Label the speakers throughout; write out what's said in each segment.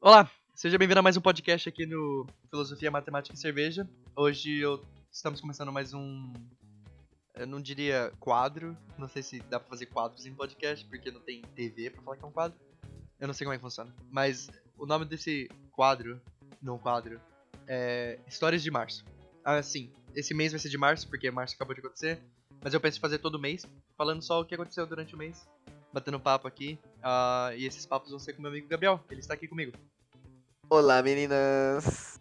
Speaker 1: Olá, seja bem-vindo a mais um podcast aqui no Filosofia, Matemática e Cerveja. Hoje eu- estamos começando mais um. Eu não diria quadro, não sei se dá pra fazer quadros em podcast, porque não tem TV pra falar que é um quadro. Eu não sei como é que funciona. Mas o nome desse quadro, não quadro, é Histórias de Março. Ah, sim, esse mês vai ser de março, porque março acabou de acontecer. Mas eu penso em fazer todo mês, falando só o que aconteceu durante o mês, batendo papo aqui. Ah, e esses papos vão ser com meu amigo Gabriel, ele está aqui comigo.
Speaker 2: Olá, meninas!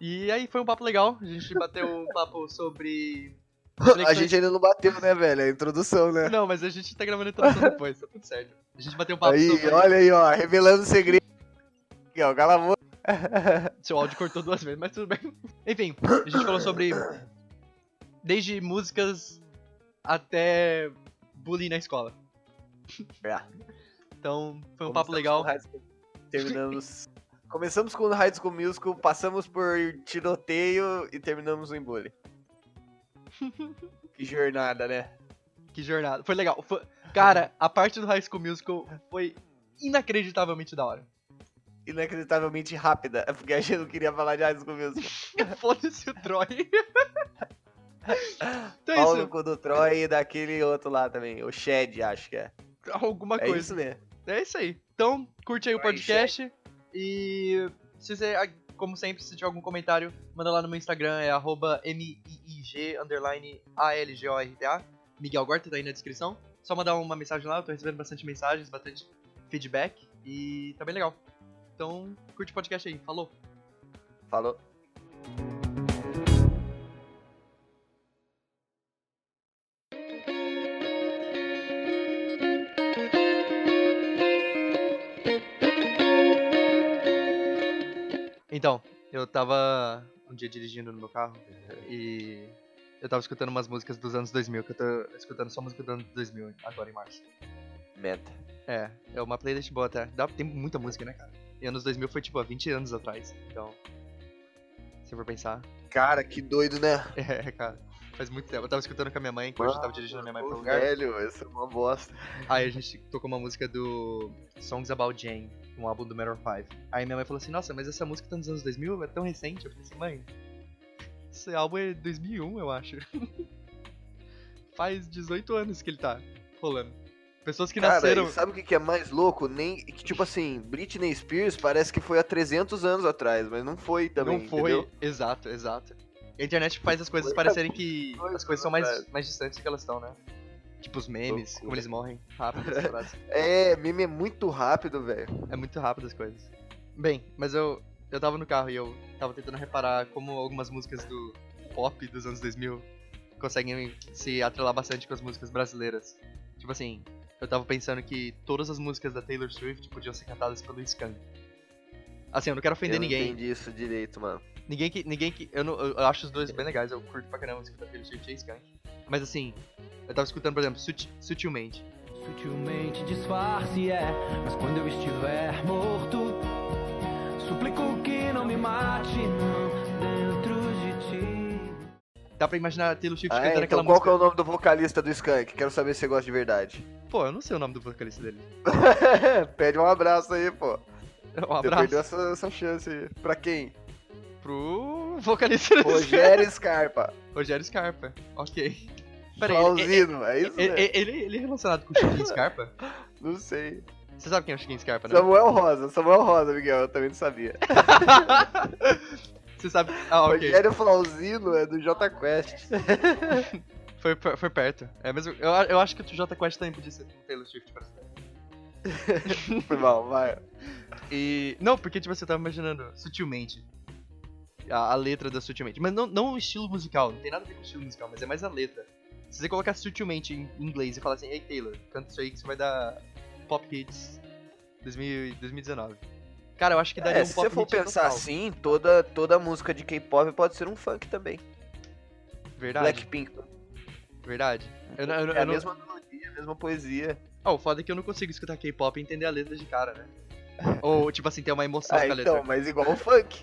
Speaker 1: E aí foi um papo legal, a gente bateu um papo sobre.
Speaker 2: A gente ainda não bateu, né, velho? É a introdução, né?
Speaker 1: Não, mas a gente tá gravando a introdução depois, tá tudo certo. A gente bateu um papo
Speaker 2: aí,
Speaker 1: sobre.
Speaker 2: olha aí, ó, revelando segredo. Aqui, ó, cala a boca.
Speaker 1: Seu áudio cortou duas vezes, mas tudo bem. Enfim, a gente falou sobre. Desde músicas até bullying na escola. Então, foi um papo
Speaker 2: Começamos
Speaker 1: legal.
Speaker 2: com High School- Terminamos. Começamos com High School Musical, passamos por tiroteio e terminamos no embole. que jornada, né?
Speaker 1: Que jornada. Foi legal. Foi- Cara, a parte do High School Musical foi inacreditavelmente da hora.
Speaker 2: Inacreditavelmente rápida, é porque a gente não queria falar de High School Musical.
Speaker 1: Foda-se o Troy. então é
Speaker 2: Paulo no
Speaker 1: isso.
Speaker 2: cu do Troy e daquele outro lá também, o Shed, acho que é.
Speaker 1: Alguma
Speaker 2: É
Speaker 1: coisa.
Speaker 2: isso é mesmo.
Speaker 1: É isso aí. Então, curte aí o
Speaker 2: Aí,
Speaker 1: podcast. E se você, ah, como sempre, se tiver algum comentário, manda lá no meu Instagram, é arroba MIIG underline ALGORTA. Miguel Gorta tá aí na descrição. Só mandar uma mensagem lá, eu tô recebendo bastante mensagens, bastante feedback. E tá bem legal. Então, curte o podcast aí. Falou!
Speaker 2: Falou.
Speaker 1: Então, eu tava um dia dirigindo no meu carro e eu tava escutando umas músicas dos anos 2000, que eu tô escutando só música dos anos 2000 agora em março.
Speaker 2: Meta.
Speaker 1: É, é uma playlist boa até. Dá, tem muita música, né, cara? E anos 2000 foi tipo há 20 anos atrás, então. Se eu for pensar.
Speaker 2: Cara, que doido, né?
Speaker 1: É, cara. Faz muito tempo. Eu tava escutando com a minha mãe, que hoje eu tava dirigindo a minha mãe pra um
Speaker 2: Ô,
Speaker 1: lugar.
Speaker 2: Velho, essa é uma bosta.
Speaker 1: Aí a gente tocou uma música do Songs About Jane, um álbum do Maroon 5. Aí minha mãe falou assim: Nossa, mas essa música tá nos anos 2000? É tão recente. Eu falei assim: Mãe, esse álbum é 2001, eu acho. Faz 18 anos que ele tá rolando. Pessoas que
Speaker 2: Cara,
Speaker 1: nasceram.
Speaker 2: e sabe o que que é mais louco? Nem que, tipo assim, Britney Spears parece que foi há 300 anos atrás, mas não foi também.
Speaker 1: não foi.
Speaker 2: entendeu?
Speaker 1: Exato, exato. A internet faz as coisas
Speaker 2: Foi
Speaker 1: parecerem que
Speaker 2: Foi,
Speaker 1: as coisas são
Speaker 2: foi
Speaker 1: mais,
Speaker 2: verdade.
Speaker 1: mais distantes do que elas estão, né? Tipo os memes,
Speaker 2: Loucura.
Speaker 1: como eles morrem rápido. essas paradas.
Speaker 2: É, meme é muito rápido, velho.
Speaker 1: é muito rápido as coisas. Bem, mas eu, eu tava no carro e eu tava tentando reparar como algumas músicas do pop dos anos 2000 conseguem se atrelar bastante com as músicas brasileiras. Tipo assim, eu tava pensando que todas as músicas da Taylor Swift podiam ser cantadas pelo Skank. Assim, eu não quero ofender
Speaker 2: eu não
Speaker 1: ninguém.
Speaker 2: entendi isso direito, mano.
Speaker 1: Ninguém que. Ninguém que eu, não- eu acho os dois bem legais, eu curto pra caramba a música daquele Chase Skank. Mas assim, eu tava escutando, por exemplo, Suti- Sutilmente.
Speaker 3: Sutilmente disfarce é, mas quando eu estiver morto, suplico que não me mate não, dentro de ti.
Speaker 1: Dá pra imaginar a Taylor Swift
Speaker 2: Ah,
Speaker 1: cantando
Speaker 2: é,
Speaker 1: aquela
Speaker 2: então qual que
Speaker 1: música.
Speaker 2: é o nome do vocalista do Skank? Quero saber se você gosta de verdade.
Speaker 1: Pô, eu não sei o nome do vocalista dele.
Speaker 2: Pede um abraço aí, pô.
Speaker 1: Um
Speaker 2: Você
Speaker 1: abraço
Speaker 2: perdeu essa, essa chance aí. Pra quem?
Speaker 1: pro vocalista do
Speaker 2: Rogério Scarpa.
Speaker 1: Rogério Scarpa. Ok. Peraí. Ele,
Speaker 2: Paulzino, é isso?
Speaker 1: ele,
Speaker 2: Né?
Speaker 1: ele, ele é relacionado com o Chiquinho Scarpa?
Speaker 2: Não sei.
Speaker 1: Você sabe quem é o Chiquinho Scarpa, né?
Speaker 2: Samuel Rosa, Samuel Rosa, Miguel, eu também não sabia.
Speaker 1: Você sabe. Ah, ok.
Speaker 2: Rogério Flauzino é do J Quest.
Speaker 1: Foi, per- foi perto. É mesmo. Eu, a- eu acho que o J Quest também podia ser um Taylor Swift brasileiro.
Speaker 2: Foi mal, vai.
Speaker 1: E. Não, porque, tipo, você tava imaginando sutilmente. A, a letra da sutilmente. Mas não, não o estilo musical, não tem nada a ver com o estilo musical, mas é mais a letra. Se você colocar sutilmente em inglês e falar assim, ei Taylor, canta isso aí que você vai dar Pop Hits 2000 e 2019. Cara, eu acho que daria
Speaker 2: É,
Speaker 1: um
Speaker 2: se
Speaker 1: pop
Speaker 2: você for
Speaker 1: hit
Speaker 2: pensar
Speaker 1: total.
Speaker 2: assim, toda, toda música de K-pop pode ser um funk também.
Speaker 1: Verdade,
Speaker 2: Blackpink.
Speaker 1: verdade. Eu, não- eu, não-
Speaker 2: é
Speaker 1: eu
Speaker 2: a
Speaker 1: não-
Speaker 2: mesma melodia, a mesma poesia.
Speaker 1: Ah, o foda é que eu não consigo escutar K-pop e entender a letra de cara, né? Ou, tipo assim, ter uma emoção
Speaker 2: Ah,
Speaker 1: com a
Speaker 2: então,
Speaker 1: letra.
Speaker 2: mas igual o funk.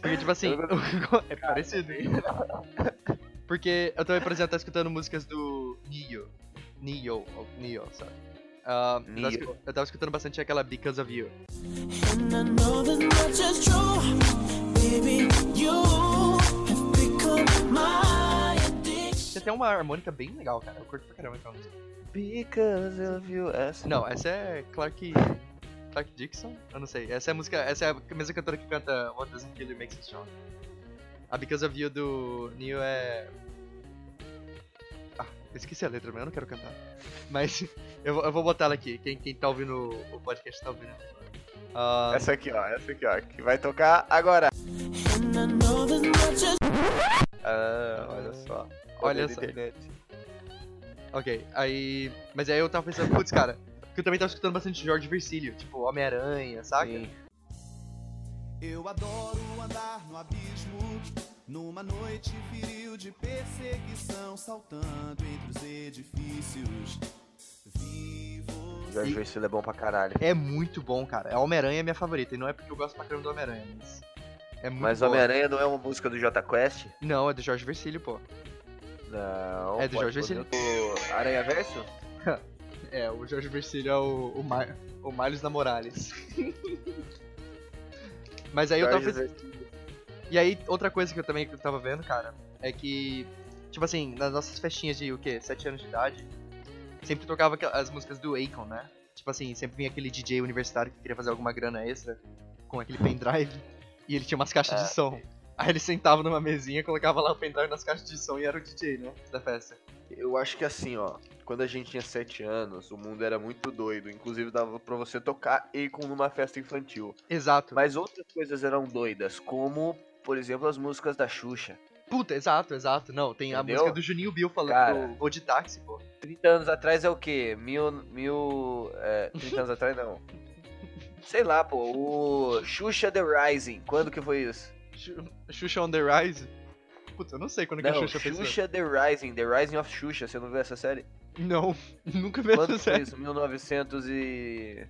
Speaker 1: Porque, tipo assim,
Speaker 2: Eu
Speaker 1: é parecido. Porque eu também, por exemplo, tava escutando músicas do Neo. Neo, ou Neo, sabe? Ah, eu, tava,
Speaker 2: Yeah.
Speaker 1: escu- eu tava escutando bastante aquela Because of You.
Speaker 4: And I know that much is true, baby. You have become my
Speaker 1: Tem
Speaker 4: addiction.
Speaker 1: até uma harmônica bem legal, cara. Eu curto pra caramba aquela música.
Speaker 2: Because of you. Essa.
Speaker 1: Não, essa é Clark. Clark Dixon? Eu não sei. Essa é a música. Essa é a mesma cantora que canta What Doesn't Kill You Makes You Strong. A Because of You do Neil é. Ah, eu esqueci a letra, mas eu não quero cantar. Mas eu, vou- eu vou botar ela aqui. Quem, quem tá ouvindo o podcast tá ouvindo. Ah,
Speaker 2: Essa aqui, ó. Essa aqui, ó. Que vai tocar agora.
Speaker 4: And I know that much is
Speaker 2: Ah, olha só.
Speaker 1: Olha
Speaker 2: Poder da
Speaker 1: só.
Speaker 2: internet.
Speaker 1: Ok, aí. Mas aí eu tava pensando, putz, cara, porque eu também tava escutando bastante Jorge Versílio, tipo Homem-Aranha, saca?
Speaker 2: Sim.
Speaker 5: Eu adoro andar no abismo, numa noite viril de perseguição, saltando entre os edifícios. Vivo.
Speaker 2: Jorge
Speaker 1: E-
Speaker 2: Versilo é bom pra caralho.
Speaker 1: É muito bom, cara. A Homem-Aranha é minha favorita, e não é porque eu gosto pra caramba do Homem-Aranha, mas. É muito
Speaker 2: Mas
Speaker 1: boa.
Speaker 2: Homem-Aranha não é uma música do Jota Quest?
Speaker 1: Não, é do Jorge Versílio, pô.
Speaker 2: Não.
Speaker 1: É do
Speaker 2: pode
Speaker 1: Jorge
Speaker 2: fazer
Speaker 1: Versilo.
Speaker 2: do Aranha Verso?
Speaker 1: É, o Jorge Versílio é o, o, Ma- o Miles da Morales. mas aí eu tava
Speaker 2: Jorge
Speaker 1: pensando.
Speaker 2: Versilo.
Speaker 1: E aí, outra coisa que eu também que eu tava vendo, cara, é que, tipo assim, nas nossas festinhas de, o quê, 7 anos de idade, sempre tocava aqua- as músicas do Akon, né? Tipo assim, sempre vinha aquele DJ universitário que queria fazer alguma grana extra com aquele pendrive e ele tinha umas caixas
Speaker 2: Ah.
Speaker 1: de som. Aí ele sentava numa mesinha, colocava lá o pendrive nas caixas de som e era o DJ, né? Da festa.
Speaker 2: Eu acho que assim, ó. Quando a gente tinha 7 anos, o mundo era muito doido. Inclusive dava pra você tocar Akon numa festa infantil.
Speaker 1: Exato.
Speaker 2: Mas outras coisas eram doidas, como, por exemplo, as músicas da Xuxa.
Speaker 1: Puta, exato, exato. Não, tem a
Speaker 2: Entendeu?
Speaker 1: música do Juninho Bill falando
Speaker 2: Cara.
Speaker 1: do Vou de táxi, pô.
Speaker 2: 30 anos atrás é o quê? Mil. mil é, 30 anos atrás não. Sei lá, pô. O Xuxa The Rising. Quando que foi isso?
Speaker 1: Xu- Xuxa on the Rise. Puta, eu não sei quando que a
Speaker 2: Não,
Speaker 1: Xuxa fez isso.
Speaker 2: Xuxa The Rising. The Rising of Xuxa. Você não viu essa série?
Speaker 1: Não, nunca vi
Speaker 2: Quanto
Speaker 1: essa
Speaker 2: foi
Speaker 1: série.
Speaker 2: isso? 1900 e...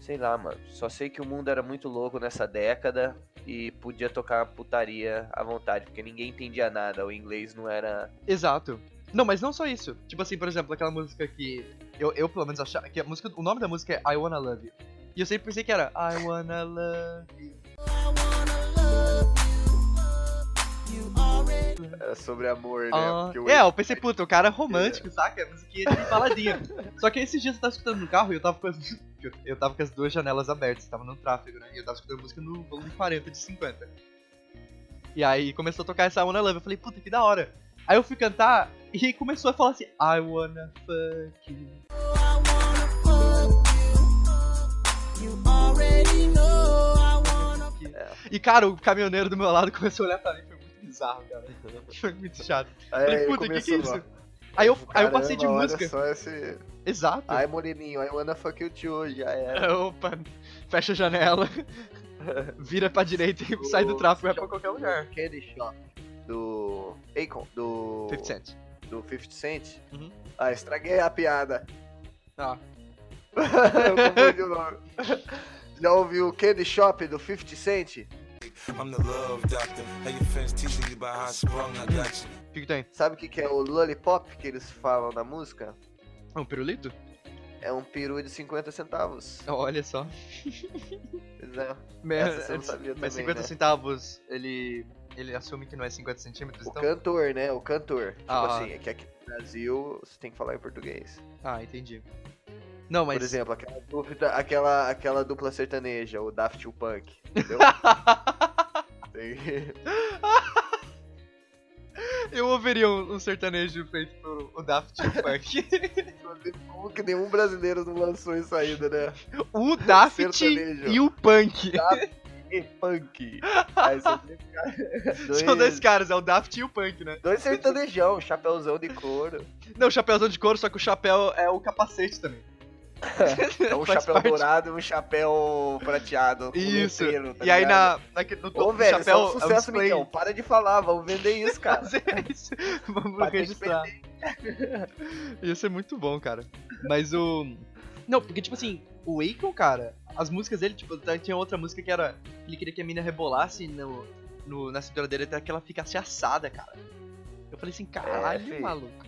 Speaker 2: Sei lá, mano. Só sei que o mundo era muito louco nessa década e podia tocar putaria à vontade, porque ninguém entendia nada. O inglês não era...
Speaker 1: Exato. Não, mas não só isso. Tipo assim, por exemplo, aquela música que eu, eu pelo menos achava que a música, o nome da música é I Wanna Love You. E eu sempre pensei que era I Wanna Love
Speaker 4: I wanna love you, love you already.
Speaker 2: Era sobre amor, né?
Speaker 1: Ah,
Speaker 2: Porque o-
Speaker 1: é, eu pensei, puta, o cara é romântico, saca? Musiquinha de baladinha. Só que esses dias eu tava escutando no carro e eu tava com as, eu- eu tava com as duas janelas abertas, tava no tráfego, né? E eu tava escutando música no volume 40 de 50. E aí começou a tocar essa Wanna Love, eu falei, puta, que da hora. Aí eu fui cantar e aí começou a falar assim, I wanna fuck you.
Speaker 4: I wanna fuck you. You already know I wanna.
Speaker 2: É.
Speaker 1: E cara, o caminhoneiro do meu lado começou a olhar pra mim, foi muito bizarro, cara. Foi muito chato.
Speaker 2: Aí
Speaker 1: Falei, puta, que que é
Speaker 2: começou,
Speaker 1: isso?
Speaker 2: ó.
Speaker 1: Aí eu, aí eu passei de
Speaker 2: Caramba, olha
Speaker 1: música.
Speaker 2: só esse...
Speaker 1: Exato.
Speaker 2: Ai, moreninho, I wanna fuck you too, já era.
Speaker 1: Opa, fecha a janela, vira pra direita e sai do tráfego é e vai pra qualquer lugar.
Speaker 2: Candy Shop do... Akon, do...
Speaker 1: 50 Cent.
Speaker 2: Do 50 Cent.
Speaker 1: Uhum.
Speaker 2: Ah, estraguei a piada.
Speaker 1: Ah,
Speaker 2: Eu confundi o nome. Já ouviu o Candy Shop do 50 Cent?
Speaker 6: I'm the love doctor. How your fans teasing you about how I sprung, I got you.
Speaker 1: o que, que tem?
Speaker 2: Sabe o que, que é o lollipop que eles falam na música?
Speaker 1: É um pirulito?
Speaker 2: É um peru de 50 centavos.
Speaker 1: Olha só. um
Speaker 2: Pois é. Essa você não
Speaker 1: Mas, mas
Speaker 2: sabia também,
Speaker 1: 50
Speaker 2: né?
Speaker 1: centavos, ele. ele assume que não é 50 centímetros,
Speaker 2: O
Speaker 1: então.
Speaker 2: cantor, né? O cantor. Tipo
Speaker 1: Ah.
Speaker 2: assim, é que aqui no Brasil você tem que falar em português.
Speaker 1: Ah, entendi. Não, mas.
Speaker 2: Por exemplo, aquela dupla, aquela, aquela dupla sertaneja, o Daft o Punk. Entendeu? Tem-
Speaker 1: eu ouviria um, um sertanejo feito por o Daft Punk.
Speaker 2: Como que nenhum brasileiro não lançou isso ainda, né?
Speaker 1: o Daft
Speaker 2: Sertanejo.
Speaker 1: e o Punk.
Speaker 2: E Punk. Aí são dois caras.
Speaker 1: São dois caras, é o Daft e o Punk, né?
Speaker 2: Dois sertanejão, um chapéuzão de couro.
Speaker 1: Não, o chapéuzão de couro, só que o chapéu é o capacete também.
Speaker 2: É um
Speaker 1: Faz
Speaker 2: chapéu
Speaker 1: parte.
Speaker 2: dourado e um chapéu prateado. com
Speaker 1: Isso.
Speaker 2: letreiro, tá
Speaker 1: e aí
Speaker 2: ligado?
Speaker 1: na, naquele- no topo
Speaker 2: Ô,
Speaker 1: do
Speaker 2: velho,
Speaker 1: chapéu
Speaker 2: chapéu, um
Speaker 1: é o
Speaker 2: sucesso,
Speaker 1: display.
Speaker 2: Miguel. Para de falar, vamos vender isso, cara.
Speaker 1: Mas é isso. Vamos
Speaker 2: Vai ter que
Speaker 1: registrar. Ia ser muito bom, cara. Mas o. Não, porque, tipo assim, o Akon, cara, as músicas dele, tipo, até tinha outra música que era. que Ele queria que a mina rebolasse no, no- na cintura dele até que ela ficasse
Speaker 2: É,
Speaker 1: assada, cara. Eu falei assim, caralho,
Speaker 2: filho.
Speaker 1: maluco.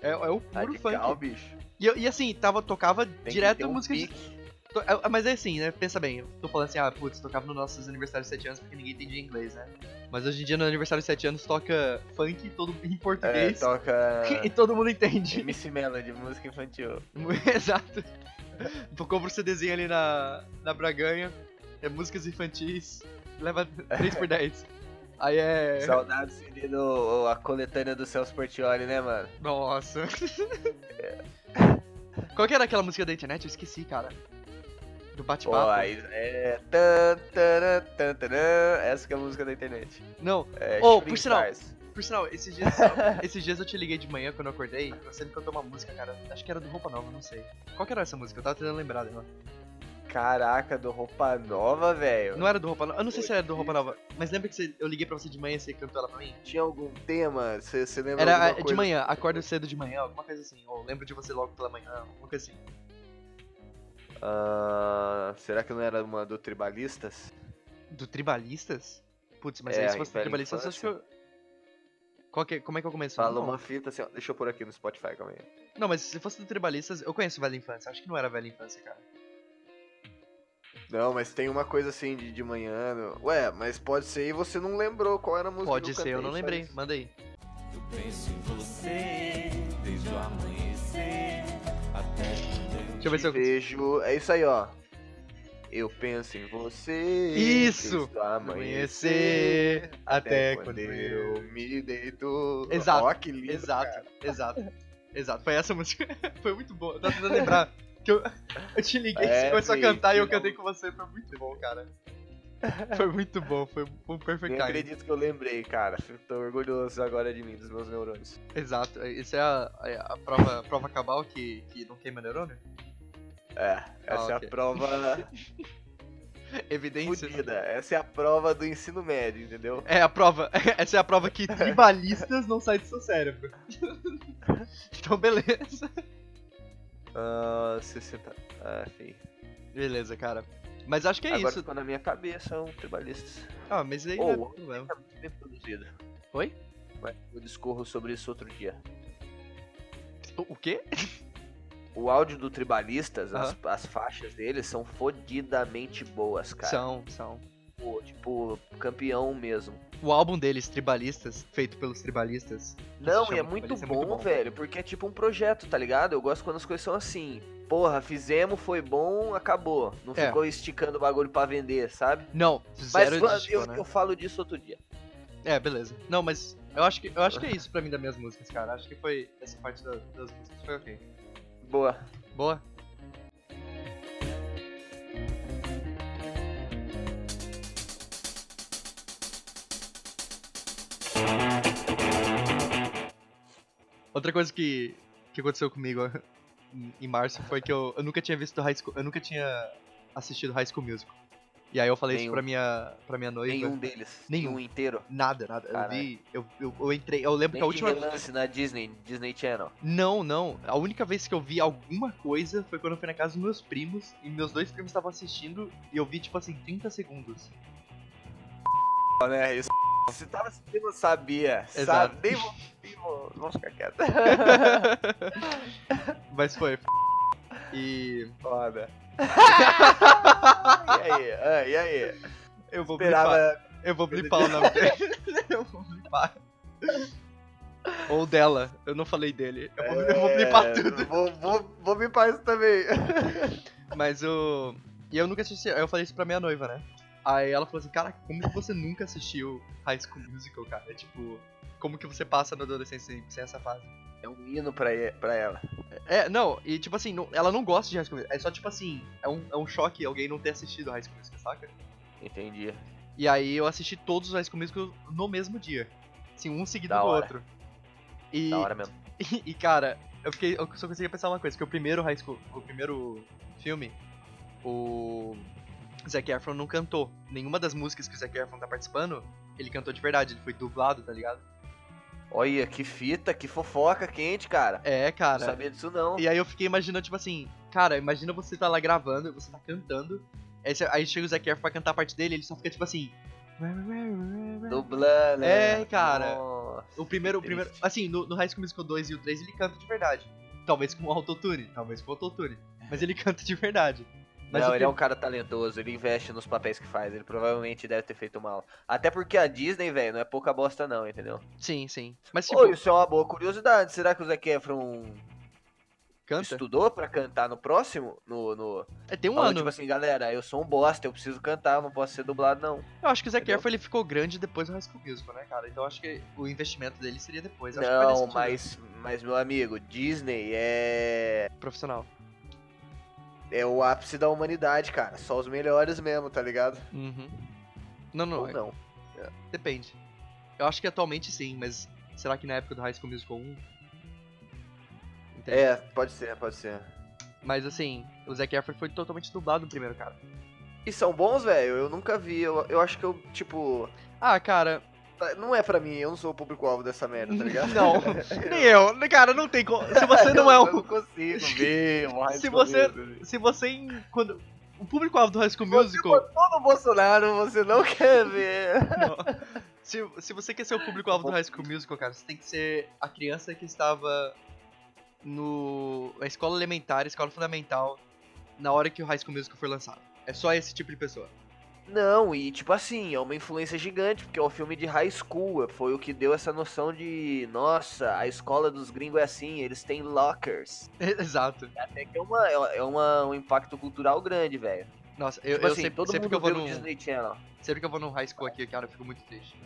Speaker 1: É, é o puro funk.
Speaker 2: Radical, Tá bicho.
Speaker 1: E, eu- e assim, tava, tocava
Speaker 2: Tem que
Speaker 1: direto
Speaker 2: ter um
Speaker 1: música de-
Speaker 2: pique.
Speaker 1: to- é, Mas é assim, né? Pensa bem, eu tô falando assim, ah, putz, tocava nos nossos aniversários de 7 anos porque ninguém entendia inglês, né? Mas hoje em dia no aniversário de 7 anos toca funk todo em
Speaker 2: É,
Speaker 1: português
Speaker 2: toca
Speaker 1: e todo mundo entende.
Speaker 2: MC Melody, música infantil.
Speaker 1: Exato. Tu compra o CDzinho ali na, na Braganha, é músicas infantis, leva 3 por 10. Aí é.
Speaker 2: Saudades CD do a coletânea do Celso Portioli, né, mano?
Speaker 1: Nossa. Qual que era aquela música da internet? Eu esqueci, cara. Do
Speaker 2: Pô,
Speaker 1: bate-papo.
Speaker 2: aí é. tan, taran, tan, taran. Essa que é a música da internet.
Speaker 1: Não,
Speaker 2: É,
Speaker 1: Oh,
Speaker 2: Shooting
Speaker 1: por sinal,
Speaker 2: Stars.
Speaker 1: por sinal, esses dias, esses dias eu te liguei de manhã quando eu acordei, você me cantou uma música, cara. Acho que era do Roupa Nova, não sei. Qual que era essa música? Eu tava tentando lembrar dela.
Speaker 2: Caraca, do Roupa Nova, velho.
Speaker 1: Não era do Roupa Nova. Eu não sei se era do Roupa Nova, mas lembra que você- eu liguei pra você de manhã e você cantou ela pra mim?
Speaker 2: Tinha algum tema? Você lembra
Speaker 1: Era
Speaker 2: alguma
Speaker 1: é, de
Speaker 2: coisa?
Speaker 1: manhã, acordo cedo de manhã, alguma coisa assim. Ou lembro de você logo pela manhã, alguma coisa assim.
Speaker 2: Ah, será que não era uma do Tribalistas?
Speaker 1: Do Tribalistas? Putz, mas
Speaker 2: É,
Speaker 1: aí se fosse do
Speaker 2: Império
Speaker 1: Tribalistas, eu acho que eu. Qual que é- como é que eu começo?
Speaker 2: Fala
Speaker 1: Não.
Speaker 2: uma fita assim, ó. Deixa eu pôr aqui no Spotify, calma aí.
Speaker 1: Não, mas se fosse do Tribalistas, eu conheço Velha Infância. Acho que não era Velha Infância, cara.
Speaker 2: Não, mas tem uma coisa assim de, de manhã. no- Ué, mas pode ser e você não lembrou qual era a música que
Speaker 1: Pode
Speaker 2: eu
Speaker 1: ser,
Speaker 2: cantei,
Speaker 1: eu não
Speaker 2: só
Speaker 1: lembrei.
Speaker 2: isso.
Speaker 1: Manda aí.
Speaker 5: Eu penso em você desde o amanhecer até
Speaker 1: Deixa eu ver se eu.
Speaker 2: Vejo. É isso aí, ó. Eu penso em você.
Speaker 1: Isso!
Speaker 2: desde o Amanhecer.
Speaker 1: Amanhecer até quando eu.
Speaker 2: me deito.
Speaker 1: Exato,
Speaker 2: Ó, que lindo,
Speaker 1: Exato,
Speaker 2: cara.
Speaker 1: exato. Exato. Foi essa música. Foi muito boa. Eu tava tentando lembrar. Que eu, eu te liguei, você
Speaker 2: É,
Speaker 1: começou a
Speaker 2: sim,
Speaker 1: cantar e eu
Speaker 2: sim, não.
Speaker 1: cantei com você. Foi muito bom, cara. Foi muito bom, foi um perfect
Speaker 2: Nem
Speaker 1: time.
Speaker 2: acredito que eu lembrei, cara. Tô orgulhoso agora de mim, dos meus neurônios.
Speaker 1: Exato, isso é a, a- a prova, a prova cabal que, que não queima neurônio?
Speaker 2: É,
Speaker 1: Ah,
Speaker 2: essa é
Speaker 1: ok.
Speaker 2: a prova
Speaker 1: Evidência.
Speaker 2: fodida. Essa é a prova do ensino médio, entendeu?
Speaker 1: É a prova, essa é a prova que tribalistas não saem do seu cérebro. então, beleza.
Speaker 2: Ah, 60. Ah, enfim.
Speaker 1: Beleza, cara. Mas acho que é
Speaker 2: Agora
Speaker 1: isso.
Speaker 2: ficou na minha cabeça um tribalista.
Speaker 1: Ah, mas aí
Speaker 2: Ou
Speaker 1: não é problema.
Speaker 2: Tá bem produzido.
Speaker 1: Oi?
Speaker 2: Mas eu discorro sobre isso outro dia.
Speaker 1: O o quê?
Speaker 2: O áudio do Tribalistas, as, as faixas deles são fodidamente boas, cara.
Speaker 1: São, são.
Speaker 2: Tipo, tipo, campeão mesmo.
Speaker 1: O álbum deles, Tribalistas, feito pelos tribalistas.
Speaker 2: Não,
Speaker 1: chama
Speaker 2: e é muito,
Speaker 1: Tribalista, é
Speaker 2: bom,
Speaker 1: muito bom.
Speaker 2: velho, porque é tipo um projeto, tá ligado? Eu gosto quando as coisas são assim. Porra, fizemos, foi bom, acabou. Não
Speaker 1: É.
Speaker 2: ficou esticando o bagulho pra vender, sabe?
Speaker 1: Não,
Speaker 2: Mas
Speaker 1: zero
Speaker 2: va-
Speaker 1: disco,
Speaker 2: eu,
Speaker 1: né?
Speaker 2: eu falo disso outro dia.
Speaker 1: É, beleza. Não, mas eu acho que, eu acho que é isso pra mim das minhas músicas, cara. Acho que foi essa parte da- das músicas. Foi ok.
Speaker 2: Boa.
Speaker 1: Boa. Outra coisa que, que aconteceu comigo em- em março foi que eu, eu nunca tinha visto High School, eu nunca tinha assistido High School Musical. E aí eu falei isso
Speaker 2: Nenhum.
Speaker 1: pra minha, pra minha noiva.
Speaker 2: Nenhum deles.
Speaker 1: Nenhum.
Speaker 2: é. Nenhum inteiro.
Speaker 1: Nada, nada. Eu
Speaker 2: um Caralho.
Speaker 1: vi, eu, eu, eu entrei, eu lembro
Speaker 2: Nem
Speaker 1: que a última
Speaker 2: que relance na Disney, Disney Channel.
Speaker 1: não, não. A única vez que eu vi alguma coisa foi quando eu fui na casa dos meus primos e meus dois primos estavam assistindo e eu vi, tipo assim, 30 segundos.
Speaker 2: né? Isso. Se tava assistindo, eu sabia.
Speaker 1: Exato.
Speaker 2: Sabe? Nem vou- nem vou- Vamos ficar quieto.
Speaker 1: Mas foi. f***. E
Speaker 2: Foda. e aí? Ah, e aí?
Speaker 1: eu vou blipar.
Speaker 2: Esperava.
Speaker 1: Eu vou blipar o nome dele. Eu vou blipar. Ou dela. Eu não falei dele. Eu vou, eu vou blipar
Speaker 2: É,
Speaker 1: tudo.
Speaker 2: Vou, vou, vou blipar isso também.
Speaker 1: Mas o. E eu nunca assisti. Aí eu falei isso pra minha noiva, né? Aí ela falou assim: Cara, como que você nunca assistiu High School Musical, cara? É tipo. Como que você passa na adolescência sem- sem essa fase?
Speaker 2: É um hino pra, e- pra ela.
Speaker 1: É, não, e tipo assim, não- ela não gosta de High School Musical. É só tipo assim, é um, é um choque alguém não ter assistido High School Musical, saca?
Speaker 2: Entendi.
Speaker 1: E aí eu assisti todos os High School Musical no mesmo dia. Assim, um seguido
Speaker 2: Da
Speaker 1: do
Speaker 2: hora.
Speaker 1: outro. E,
Speaker 2: Da hora mesmo.
Speaker 1: E, cara, eu, fiquei, eu só conseguia pensar uma coisa, que o primeiro High School, o primeiro filme, o Zac Efron não cantou. Nenhuma das músicas que o Zac Efron tá participando, ele cantou de verdade, ele foi dublado, tá ligado?
Speaker 2: Olha, que fita, que fofoca quente, cara.
Speaker 1: É,
Speaker 2: Não
Speaker 1: cara.
Speaker 2: sabia disso, não.
Speaker 1: E aí eu fiquei imaginando, tipo assim, cara, imagina você tá lá gravando, você tá cantando, aí, você- aí chega o Zac Efron pra cantar a parte dele, ele só fica tipo assim.
Speaker 2: Dublando. né?
Speaker 1: É, cara.
Speaker 2: Nossa,
Speaker 1: O primeiro, o
Speaker 2: que
Speaker 1: primeiro.
Speaker 2: triste.
Speaker 1: Assim, no, no High School Musical 2 e o 3 ele canta de verdade. Talvez com autotune, talvez com autotune. Mas ele canta de verdade. Mas
Speaker 2: não,
Speaker 1: o
Speaker 2: ele
Speaker 1: que-
Speaker 2: é um cara talentoso, ele investe nos papéis que faz, ele provavelmente deve ter feito mal. Até porque a Disney, velho, não é pouca bosta não, entendeu?
Speaker 1: Sim, sim. Mas tipo,
Speaker 2: Pô, isso é uma boa curiosidade, será que o Zac Efron
Speaker 1: canta.
Speaker 2: estudou pra cantar no próximo? No, no...
Speaker 1: É, tem um
Speaker 2: Falou,
Speaker 1: ano.
Speaker 2: tipo assim, galera, eu sou um bosta, eu preciso cantar, eu não posso ser dublado não.
Speaker 1: Eu acho que o Zac
Speaker 2: Entendeu?
Speaker 1: Efron ele ficou grande depois do High School Musical, né, cara? Então eu acho que o investimento dele seria depois. Eu acho que tipo faria
Speaker 2: não,
Speaker 1: sentido,
Speaker 2: mas, mas meu amigo, Disney é...
Speaker 1: Profissional.
Speaker 2: é o ápice da humanidade, cara. Só os melhores mesmo, tá ligado?
Speaker 1: Uhum. Não, não, é
Speaker 2: Ou não.
Speaker 1: depende. Eu acho que atualmente sim, mas será que na época do High School Musical 1? Entende?
Speaker 2: É, pode ser, pode ser.
Speaker 1: Mas assim, o Zac Efron foi totalmente dublado no primeiro, cara.
Speaker 2: E são bons, velho? Eu nunca vi. Eu, eu acho que eu, tipo.
Speaker 1: Ah, cara,
Speaker 2: tá- Não é pra mim, eu não sou o público-alvo dessa merda, tá ligado?
Speaker 1: não. Nem eu. Cara, não tem como. Se você não é
Speaker 2: eu,
Speaker 1: um
Speaker 2: não consigo ver, um High
Speaker 1: Se
Speaker 2: School
Speaker 1: você-
Speaker 2: Musical.
Speaker 1: se você em- quando o público-alvo do High School
Speaker 2: Você
Speaker 1: Musical
Speaker 2: botou no Bolsonaro, você não quer ver.
Speaker 1: não. se, se você quer ser o público-alvo do High School Musical, cara, você tem que ser a criança que estava no na escola elementar, escola fundamental na hora que o High School Musical foi lançado. É só esse tipo de pessoa.
Speaker 2: Não, e tipo assim, é uma influência gigante, porque é um filme de high school. Foi o que deu essa noção de, nossa, a escola dos gringos é assim, eles têm lockers.
Speaker 1: Exato.
Speaker 2: Até que é, uma, é uma- um impacto cultural grande, velho.
Speaker 1: Nossa, eu,
Speaker 2: Tipo
Speaker 1: eu
Speaker 2: assim,
Speaker 1: sempre,
Speaker 2: todo
Speaker 1: sempre
Speaker 2: mundo
Speaker 1: que eu vou
Speaker 2: vê no
Speaker 1: num,
Speaker 2: Disney Channel.
Speaker 1: sempre que eu vou num high school aqui, cara, eu fico muito triste.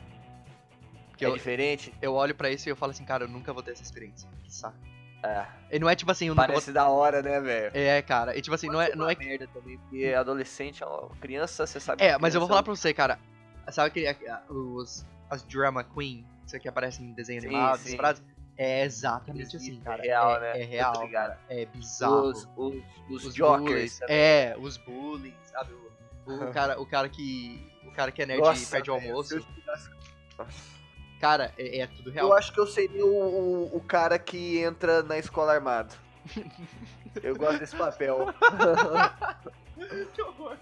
Speaker 1: Porque
Speaker 2: é
Speaker 1: eu,
Speaker 2: diferente?
Speaker 1: eu olho pra isso e eu falo assim, cara, eu nunca vou ter essa experiência. Que saco.
Speaker 2: É.
Speaker 1: E não é tipo assim, eu nunca vou
Speaker 2: Parece da hora, né, velho?
Speaker 1: É, cara. E tipo assim, não é, não é
Speaker 2: merda também, porque adolescente, ó, criança, você sabe.
Speaker 1: É,
Speaker 2: que
Speaker 1: mas eu vou falar
Speaker 2: criança- um
Speaker 1: pra você, cara. Sabe aquele, a- a- os, as drama queen, isso aqui aparece em desenho
Speaker 2: Sim,
Speaker 1: animado,
Speaker 2: sim.
Speaker 1: essas frases? É exatamente
Speaker 2: Existe,
Speaker 1: assim, cara.
Speaker 2: é real,
Speaker 1: é,
Speaker 2: né?
Speaker 1: É
Speaker 2: Tô
Speaker 1: real,
Speaker 2: ligado.
Speaker 1: cara. É bizarro.
Speaker 2: Os, os, os,
Speaker 1: bullies,
Speaker 2: jokers. também.
Speaker 1: É, os bullying, sabe? O, o cara, o cara que. O cara que é nerd e
Speaker 2: Nossa,
Speaker 1: perde o
Speaker 2: velho, se eu
Speaker 1: almoço.
Speaker 2: estudasse-
Speaker 1: Cara, é, é tudo real.
Speaker 2: Eu acho que eu seria o, o, o cara que entra na escola armado. Eu gosto desse papel.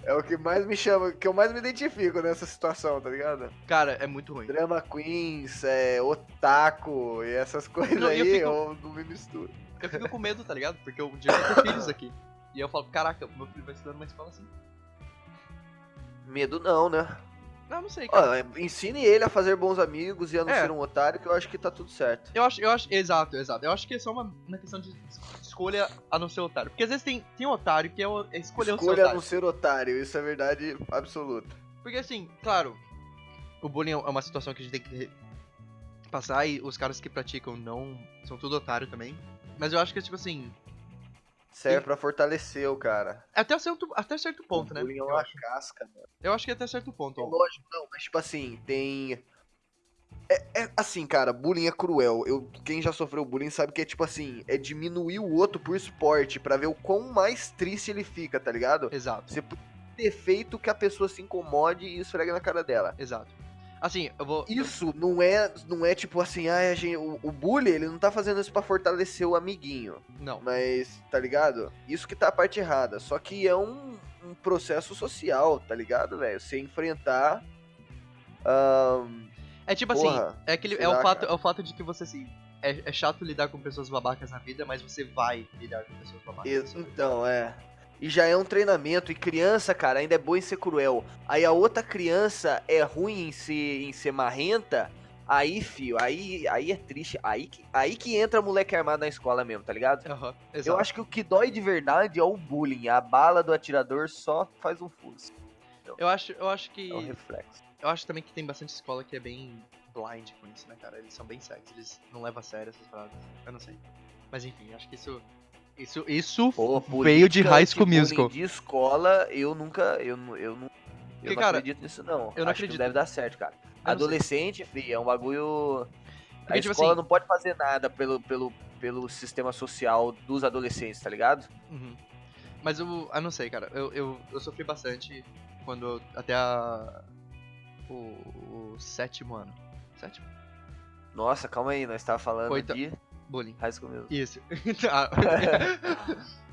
Speaker 2: é o que mais me chama, que eu mais me identifico nessa situação, tá ligado?
Speaker 1: Cara, é muito ruim.
Speaker 2: Drama Queens, é, otaku e essas coisas
Speaker 1: Não, e eu
Speaker 2: aí,
Speaker 1: fico-
Speaker 2: eu não me misturo.
Speaker 1: Eu fico com medo, tá ligado? Porque eu um dia eu tenho filhos aqui. E eu falo, caraca, meu filho vai estudar numa escola assim.
Speaker 2: Medo não, né?
Speaker 1: Não, não sei, cara.
Speaker 2: Ó, é, ensine ele a fazer bons amigos e a não
Speaker 1: É.
Speaker 2: ser um otário, que eu acho que tá tudo certo.
Speaker 1: Eu acho, eu acho, exato, exato. Eu acho que é só uma, uma questão de es- escolha a não ser otário. Porque às vezes tem, tem um otário que é, o- é escolher o seu
Speaker 2: Escolha
Speaker 1: otário.
Speaker 2: não ser otário, isso é verdade absoluta.
Speaker 1: Porque assim, claro, o bullying é uma situação que a gente tem que re- passar e os caras que praticam não são tudo otário também. Mas eu acho que, tipo assim,
Speaker 2: Serve
Speaker 1: Sim.
Speaker 2: pra fortalecer o cara.
Speaker 1: até certo, até certo ponto,
Speaker 2: O
Speaker 1: né?
Speaker 2: bullying é
Speaker 1: Eu
Speaker 2: uma
Speaker 1: acho,
Speaker 2: casca, mano.
Speaker 1: eu acho que até certo ponto. ó.
Speaker 2: Lógico, não, mas tipo assim, tem. É, é assim, cara, bullying é cruel. Eu, quem já sofreu bullying sabe que é tipo assim, é diminuir o outro por esporte, pra ver o quão mais triste ele fica, tá ligado?
Speaker 1: Exato,
Speaker 2: Você pode ter feito que a pessoa se incomode e esfrega na cara dela.
Speaker 1: exato. Assim, eu vou.
Speaker 2: isso não é, não é tipo assim, ah, a gente, o, o bully, ele não tá fazendo isso pra fortalecer o amiguinho.
Speaker 1: Não.
Speaker 2: Mas, tá ligado? Isso que tá a parte errada. Só que é um, um processo social, tá ligado, velho? Você enfrentar. ahn,
Speaker 1: É tipo assim,
Speaker 2: porra,
Speaker 1: é, aquele,
Speaker 2: sei
Speaker 1: é, o
Speaker 2: lá,
Speaker 1: fato,
Speaker 2: cara.
Speaker 1: é o fato de que você, assim, é, é chato lidar com pessoas babacas na vida, mas você vai lidar com pessoas babacas. na
Speaker 2: e-
Speaker 1: sua vida.
Speaker 2: então, é. E já é um treinamento. E criança, cara, ainda é boa em ser cruel. Aí a outra criança é ruim em ser, em ser marrenta. Aí, fio, aí, aí é triste. Aí que, aí que entra moleque armado na escola mesmo, tá ligado?
Speaker 1: Aham,
Speaker 2: Eu
Speaker 1: exato.
Speaker 2: acho que o que dói de verdade é o bullying. A bala do atirador só faz um fuso.
Speaker 1: Eu acho, eu acho que.
Speaker 2: É um reflexo.
Speaker 1: Eu acho também que tem bastante escola que é bem blind com isso, né, cara? Eles são bem cegos, eles não levam a sério essas paradas. Eu não sei. Mas enfim, acho que isso. Isso. Isso veio de
Speaker 2: política
Speaker 1: High School
Speaker 2: anti-bullying
Speaker 1: Musical.
Speaker 2: De escola, eu nunca. Eu, nu- eu, nu- eu
Speaker 1: Porque,
Speaker 2: não
Speaker 1: cara,
Speaker 2: acredito nisso, não.
Speaker 1: eu não
Speaker 2: acho
Speaker 1: acredito.
Speaker 2: que deve dar certo, cara. Adolescente, fi, é um bagulho. a
Speaker 1: Porque, tipo
Speaker 2: escola
Speaker 1: assim-
Speaker 2: não pode fazer nada pelo, pelo, pelo sistema social dos adolescentes, tá ligado?
Speaker 1: Uhum. Mas eu. Eu não sei, cara. Eu, eu, eu sofri bastante quando. eu- Até a. O, o sétimo ano. Sétimo?
Speaker 2: Nossa, calma aí, nós tava falando
Speaker 1: Oito-
Speaker 2: de
Speaker 1: Bullying.
Speaker 2: High School Musical.
Speaker 1: Isso. Tá.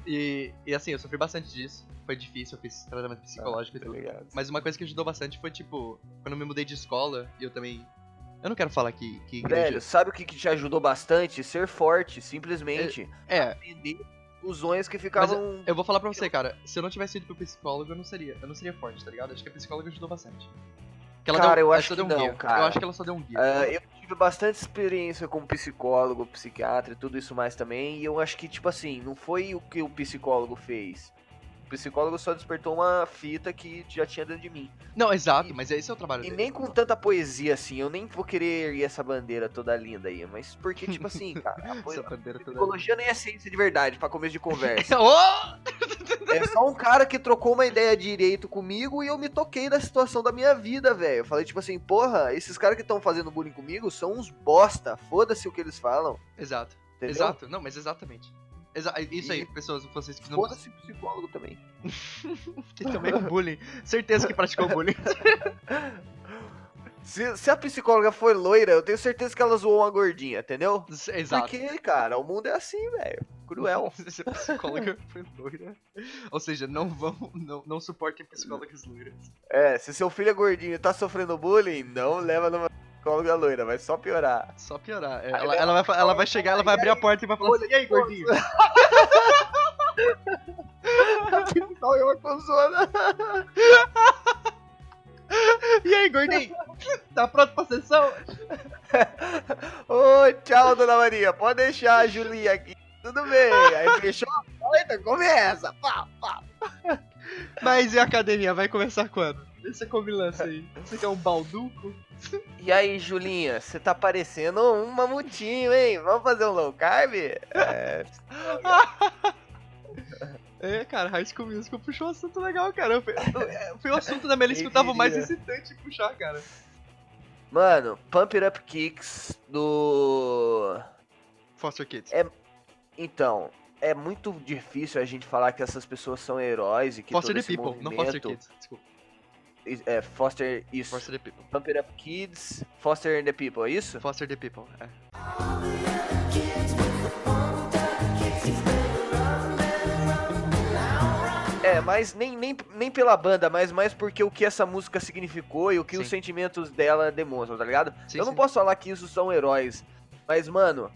Speaker 1: e, e assim, eu sofri bastante disso. Foi difícil, eu fiz tratamento psicológico e
Speaker 2: Tá
Speaker 1: tudo.
Speaker 2: ligado?
Speaker 1: Mas uma coisa que ajudou bastante foi, tipo, quando eu me mudei de escola, e eu também Eu não quero falar que, que igreja.
Speaker 2: Velho, sabe o que, que te ajudou bastante? Ser forte, simplesmente.
Speaker 1: É,
Speaker 2: Entender os sonhos que ficavam.
Speaker 1: eu vou falar pra você, cara. Se eu não tivesse ido pro psicólogo, eu não seria. Eu não seria forte, tá ligado? Acho que a psicóloga ajudou bastante. Que ela
Speaker 2: Cara,
Speaker 1: deu,
Speaker 2: eu
Speaker 1: ela
Speaker 2: acho
Speaker 1: só
Speaker 2: que
Speaker 1: deu um
Speaker 2: não,
Speaker 1: guia.
Speaker 2: cara.
Speaker 1: Eu acho que ela só deu um guia.
Speaker 2: Ah, eu tive bastante experiência como psicólogo, psiquiatra e tudo isso mais também. E eu acho que, tipo assim, não foi o que o psicólogo fez. O psicólogo só despertou uma fita que já tinha dentro de mim.
Speaker 1: Não, exato, mas esse é o trabalho
Speaker 2: E
Speaker 1: dele.
Speaker 2: nem com tanta poesia assim, eu nem vou querer erguer essa bandeira toda linda aí, mas porque, tipo assim, cara, a, poe-
Speaker 1: Essa
Speaker 2: a
Speaker 1: bandeira toda-
Speaker 2: psicologia nem é ciência de verdade, pra começo de conversa.
Speaker 1: Oh!
Speaker 2: É só um cara que trocou uma ideia direito comigo e eu me toquei da situação da minha vida, velho. Eu falei, tipo assim, porra, esses caras que estão fazendo bullying comigo são uns bosta, foda-se o que eles falam,
Speaker 1: Exato,
Speaker 2: entendeu?
Speaker 1: exato. Não, mas exatamente. Exa- é isso aí,
Speaker 2: E-
Speaker 1: pessoas, vocês que não
Speaker 2: Foda-se o psicólogo também.
Speaker 1: que também com bullying. Certeza que praticou bullying.
Speaker 2: Se, se a psicóloga for loira, eu tenho certeza que ela zoou uma gordinha, entendeu?
Speaker 1: Exato. Uhum.
Speaker 2: Porque, cara, o mundo é assim, velho. Cruel.
Speaker 1: Se a psicóloga foi loira. Ou seja, não vão. Não, não suportem psicólogas loiras.
Speaker 2: É, se seu filho é gordinho e tá sofrendo bullying, não leva numa psicóloga loira, vai só piorar.
Speaker 1: Só piorar. É, Ela, ela vai, fa- ela vai chegar, ela vai abrir a porta e vai falar assim: e aí, gordinho?
Speaker 2: Só eu com zona.
Speaker 1: E aí, gordinho? Tá pronto pra sessão?
Speaker 2: Oi, tchau, dona Maria. Pode deixar a Julinha aqui. Tudo bem. Aí fechou a porta, começa. Pá, pá.
Speaker 1: Mas e a academia? Vai começar quando? Esse é combinância aí. Você quer um balduco?
Speaker 2: E aí, Julinha, você tá parecendo um mamutinho, hein? Vamos fazer um low carb? É,
Speaker 1: É, cara, High School Musical puxou um assunto legal, cara. Foi, é, foi o assunto da minha lista que eu tava mais excitante de puxar, cara.
Speaker 2: Mano, Pump It Up Kicks do.
Speaker 1: Foster Kids.
Speaker 2: Então, é muito difícil a gente falar que essas pessoas são heróis e que
Speaker 1: Foster
Speaker 2: todo
Speaker 1: the
Speaker 2: esse
Speaker 1: People, não Foster
Speaker 2: movimento-
Speaker 1: Kids. Desculpa.
Speaker 2: É, Foster isso.
Speaker 1: Foster the People.
Speaker 2: Pump It Up Kids, Foster the People, é isso?
Speaker 1: Foster the People, é.
Speaker 2: É, mas nem, nem, nem pela banda, mas mais porque o que essa música significou e o que os
Speaker 1: Sim.
Speaker 2: sentimentos dela demonstram, tá ligado?
Speaker 1: Sim,
Speaker 2: eu não
Speaker 1: sim.
Speaker 2: posso falar que isso são heróis, mas, mano,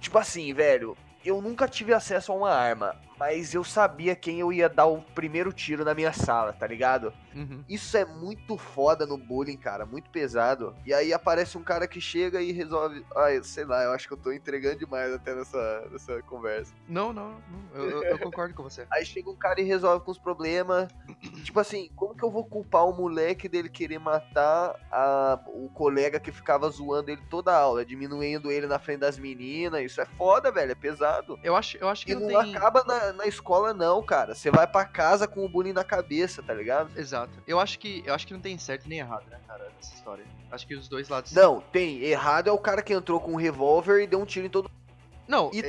Speaker 2: tipo assim, velho, eu nunca tive acesso a uma arma, mas eu sabia quem eu ia dar o primeiro tiro na minha sala, tá ligado?
Speaker 1: Uhum.
Speaker 2: Isso é muito foda no bullying, cara, muito pesado. E aí aparece um cara que chega e resolve. Ai, sei lá, eu acho que eu tô entregando demais até nessa, nessa conversa.
Speaker 1: Não, não, não. Eu, eu- eu concordo com você.
Speaker 2: Aí chega um cara e resolve com os problemas. Tipo assim, como que eu vou culpar o moleque dele querer matar a- o colega que ficava zoando ele toda a aula, diminuindo ele na frente das meninas? Isso é foda, velho, é pesado.
Speaker 1: Eu acho, eu acho que
Speaker 2: E não
Speaker 1: não tem...
Speaker 2: acaba na, na escola, não, cara. Você vai pra casa com o bullying na cabeça, tá ligado?
Speaker 1: Exato. Eu acho que eu acho que não tem certo nem errado, né, cara, nessa história. Acho que os dois lados.
Speaker 2: Não, tem. Errado é o cara que entrou com um revólver e deu um tiro em todo
Speaker 1: Não,
Speaker 2: E
Speaker 1: é-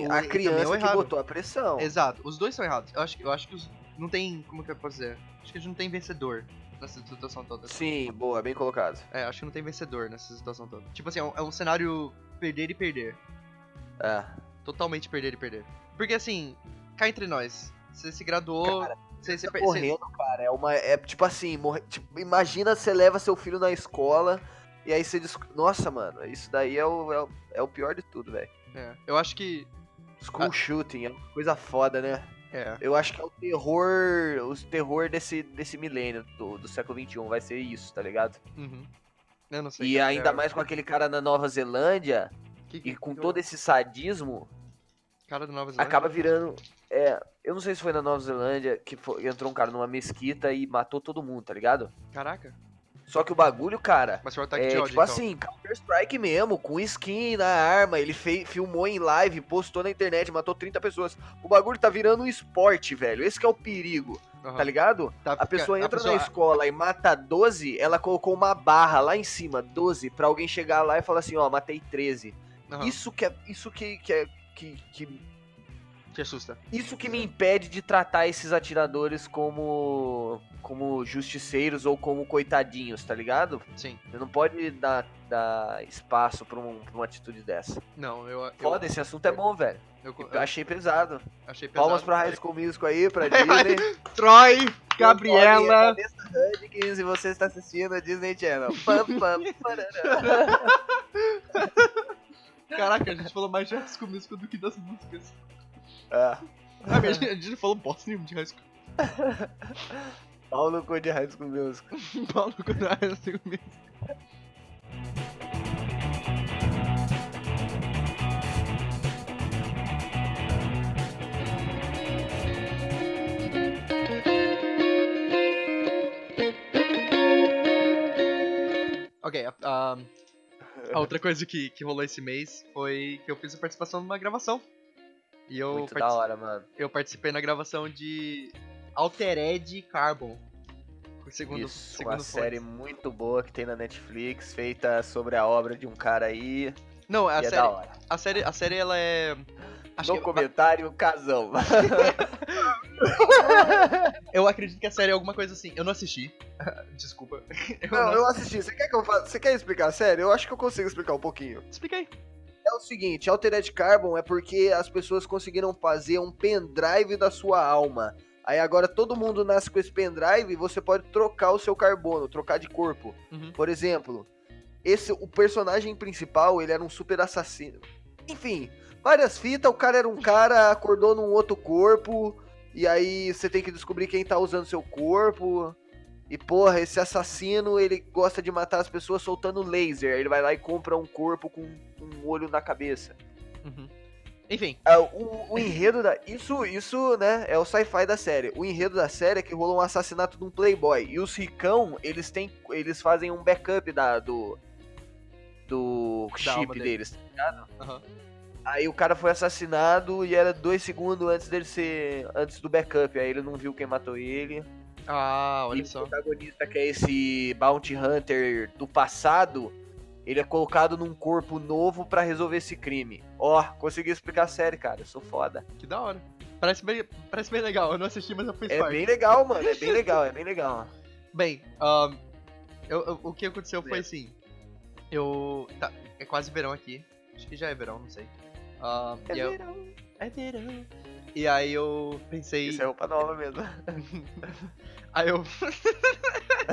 Speaker 1: o- e
Speaker 2: a
Speaker 1: também é
Speaker 2: criança
Speaker 1: o
Speaker 2: que
Speaker 1: errado.
Speaker 2: botou a pressão.
Speaker 1: exato. Os dois são errados. Eu acho, que- eu acho que os, não tem. Como que eu posso dizer? Acho que a gente não tem vencedor nessa situação toda.
Speaker 2: Sim, boa, bem colocado.
Speaker 1: É, acho que não tem vencedor nessa situação toda. Tipo assim, é um, é um cenário perder e perder.
Speaker 2: É.
Speaker 1: Totalmente perder e perder. Porque assim, cá entre nós. Você se graduou. você, você,
Speaker 2: tá
Speaker 1: per- você-
Speaker 2: morrendo, cara. É uma. É tipo assim, morre, tipo, imagina você leva seu filho na escola e aí você diz. Nossa, mano, isso daí é o, é o, é o pior de tudo, velho.
Speaker 1: é, eu acho que.
Speaker 2: School
Speaker 1: Ah.
Speaker 2: shooting é uma coisa foda, né?
Speaker 1: É.
Speaker 2: Eu acho que é o terror. O terror desse, desse milênio, do, do século XXI, vai ser isso, tá ligado?
Speaker 1: Uhum. Eu não sei.
Speaker 2: E
Speaker 1: cara,
Speaker 2: ainda
Speaker 1: é-
Speaker 2: mais com aquele cara na Nova Zelândia
Speaker 1: que-
Speaker 2: e
Speaker 1: que-
Speaker 2: com
Speaker 1: que-
Speaker 2: todo esse sadismo,
Speaker 1: Cara do Nova Zelândia.
Speaker 2: acaba virando. É, eu não sei se foi na Nova Zelândia que foi- entrou um cara numa mesquita e matou todo mundo, tá ligado?
Speaker 1: Caraca.
Speaker 2: Só que o bagulho, cara,
Speaker 1: Mas foi o ataque
Speaker 2: É,
Speaker 1: de ódio.
Speaker 2: tipo
Speaker 1: então.
Speaker 2: assim, Counter-Strike mesmo, com skin na arma, ele fei- filmou em live, postou na internet, matou 30 pessoas. O bagulho tá virando um esporte, velho. Esse que é o perigo,
Speaker 1: Aham.
Speaker 2: tá ligado?
Speaker 1: Tá,
Speaker 2: A pessoa
Speaker 1: fica-
Speaker 2: entra
Speaker 1: pessoa-
Speaker 2: na escola e mata 12, ela colocou uma barra lá em cima, 12, pra alguém chegar lá e falar assim, ó, matei 13.
Speaker 1: Aham,
Speaker 2: Isso que é. Isso que, que é. Que, que-
Speaker 1: Te assusta.
Speaker 2: isso que me impede de tratar esses atiradores como. como justiceiros ou como coitadinhos, tá ligado?
Speaker 1: Sim.
Speaker 2: Você não pode dar, dar espaço pra, um- pra uma atitude dessa.
Speaker 1: Não, eu. eu
Speaker 2: Foda, esse assunto é bom, velho.
Speaker 1: Eu, eu,
Speaker 2: Eu achei pesado.
Speaker 1: achei pesado.
Speaker 2: Palmas pra High School Musical aí, pra Disney.
Speaker 1: Troy Gabriela.
Speaker 2: Olha, Vanessa Hudgens, e você está assistindo a Disney Channel. Pam, pam, parará.
Speaker 1: Caraca, a gente falou mais de High School Musical do que das músicas.
Speaker 2: Ah,
Speaker 1: Ah, mas A gente, a gente não falou bosta nenhuma de High School.
Speaker 2: pau no cu de High School Musical.
Speaker 1: Pau no cu da High School Musical. Ok, a- a- a outra coisa que, que rolou esse mês foi que eu fiz a participação numa gravação. E eu
Speaker 2: Muito da
Speaker 1: partici-
Speaker 2: hora, mano.
Speaker 1: eu participei na gravação de Altered Carbon. Segundo,
Speaker 2: Isso,
Speaker 1: segundo
Speaker 2: uma
Speaker 1: fontes.
Speaker 2: série muito boa que tem na Netflix, feita sobre a obra de um cara aí.
Speaker 1: Não, a
Speaker 2: e é
Speaker 1: série,
Speaker 2: da hora.
Speaker 1: a série. A série ela é. Acho
Speaker 2: no
Speaker 1: que,
Speaker 2: comentário, casão.
Speaker 1: eu acredito que a série é alguma coisa assim. Eu não assisti. Desculpa. Eu não,
Speaker 2: Não, eu assisti. Você quer que eu faça? Você quer explicar? Sério, eu acho que eu consigo explicar um pouquinho.
Speaker 1: Explica aí.
Speaker 2: É o seguinte, Altered Carbon é porque as pessoas conseguiram fazer um pendrive da sua alma. Aí agora todo mundo nasce com esse pendrive e você pode trocar o seu carbono, trocar de corpo.
Speaker 1: Uhum.
Speaker 2: Por exemplo, esse o personagem principal, ele era um super assassino. Enfim, várias fitas, o cara era um cara, acordou num outro corpo, e aí você tem que descobrir quem tá usando seu corpo. E porra, esse assassino, ele gosta de matar as pessoas soltando laser. Ele vai lá e compra um corpo com um olho na cabeça.
Speaker 1: Uhum. Enfim,
Speaker 2: Ah, o, o enredo da. Isso, isso, né? É o sci-fi da série. O enredo da série é que rolou um assassinato de um Playboy. E os ricão, eles têm. Eles fazem um backup da, do. Do chip
Speaker 1: alma dele.
Speaker 2: deles, tá ligado?
Speaker 1: Aham.
Speaker 2: Aí o cara foi assassinado e era dois segundos antes dele ser. Antes do backup. Aí ele não viu quem matou ele.
Speaker 1: ah,
Speaker 2: e
Speaker 1: olha
Speaker 2: o
Speaker 1: só.
Speaker 2: protagonista, que é esse Bounty Hunter do passado, ele é colocado num corpo novo pra resolver esse crime. Ó, consegui explicar a série, cara. Eu sou foda.
Speaker 1: Que da hora. Parece bem, parece bem legal. Eu não assisti, mas eu fiz
Speaker 2: É
Speaker 1: parte.
Speaker 2: bem legal, mano. É bem legal, é bem legal.
Speaker 1: Bem, ahn, eu- eu- o que aconteceu foi assim. Eu. tá, é quase verão aqui. Acho que já é verão, não sei. Ahn, e eu- É verão. E aí eu pensei.
Speaker 2: Isso é roupa nova mesmo.
Speaker 1: Aí eu.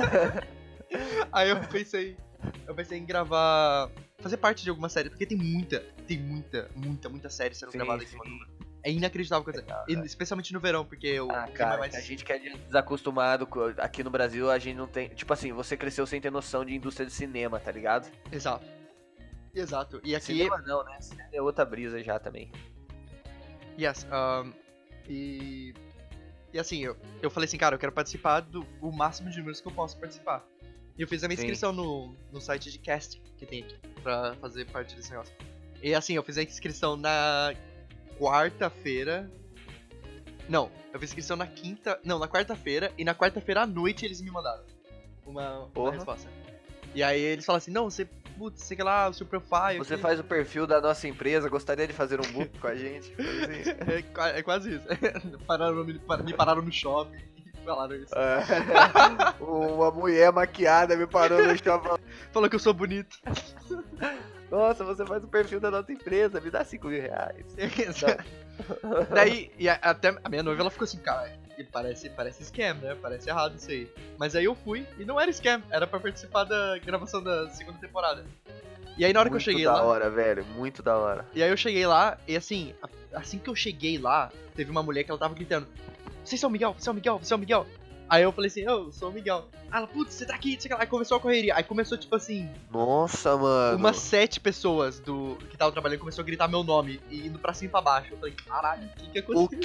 Speaker 1: aí eu pensei. Eu pensei em gravar. Fazer parte de alguma série, porque tem muita, tem muita, muita, muita série sendo
Speaker 2: Sim,
Speaker 1: gravada aqui,
Speaker 2: sim.
Speaker 1: mano. É inacreditável coisa.
Speaker 2: Legal,
Speaker 1: E Especialmente no verão, porque o
Speaker 2: Ah,
Speaker 1: clima é
Speaker 2: cara,
Speaker 1: mais.
Speaker 2: a gente que é desacostumado com- aqui no Brasil, a gente não tem. Tipo assim, você cresceu sem ter noção de indústria de cinema, tá ligado?
Speaker 1: Exato. Exato. E aqui.
Speaker 2: Cinema não, né? Cinema é outra brisa já também.
Speaker 1: Yes. ahn, e. E assim, eu, eu falei assim, cara, eu quero participar do o máximo de números que eu posso participar. E eu fiz a minha
Speaker 2: Sim.
Speaker 1: inscrição no, no site de casting que tem aqui pra fazer parte desse negócio. E assim, eu fiz a inscrição na quarta-feira. Não, eu fiz a inscrição na quinta. Não, na quarta-feira. E na quarta-feira à noite eles me mandaram uma, uma
Speaker 2: Porra.
Speaker 1: resposta. E aí eles falaram assim, não, você. Putz, sei lá, o seu profile.
Speaker 2: Você
Speaker 1: aqui-
Speaker 2: faz o perfil da nossa empresa, gostaria de fazer um book com a gente? Coisa assim.
Speaker 1: É, qua- é quase isso. pararam, me, par- me pararam no shopping e falaram isso.
Speaker 2: Ah, Uma mulher maquiada me parou no chão e falou,
Speaker 1: Falou que eu sou bonito.
Speaker 2: Nossa, você faz o perfil da nossa empresa, me dá 5 mil reais.
Speaker 1: Daí, e a- até a minha noiva ela ficou assim, cara, e parece, parece scam, né? Parece errado isso aí. Mas aí eu fui e não era scam, era pra participar da gravação da segunda temporada. E aí na hora
Speaker 2: muito
Speaker 1: que eu cheguei
Speaker 2: da
Speaker 1: lá.
Speaker 2: hora, velho. Muito da hora.
Speaker 1: E aí eu cheguei lá, e assim, a- assim que eu cheguei lá, teve uma mulher que ela tava gritando: Vocês são o Miguel, você é o Miguel, você é o Miguel. Aí eu falei assim, eu sou o Miguel. Ah, Ela, putz, você tá aqui, não sei o que lá. Aí começou a correria. Aí começou, tipo assim,
Speaker 2: Nossa, mano.
Speaker 1: umas sete pessoas do que tava trabalhando começou a gritar meu nome e indo pra cima e pra baixo. Eu falei, caralho, o que que
Speaker 2: O
Speaker 1: aconteceu?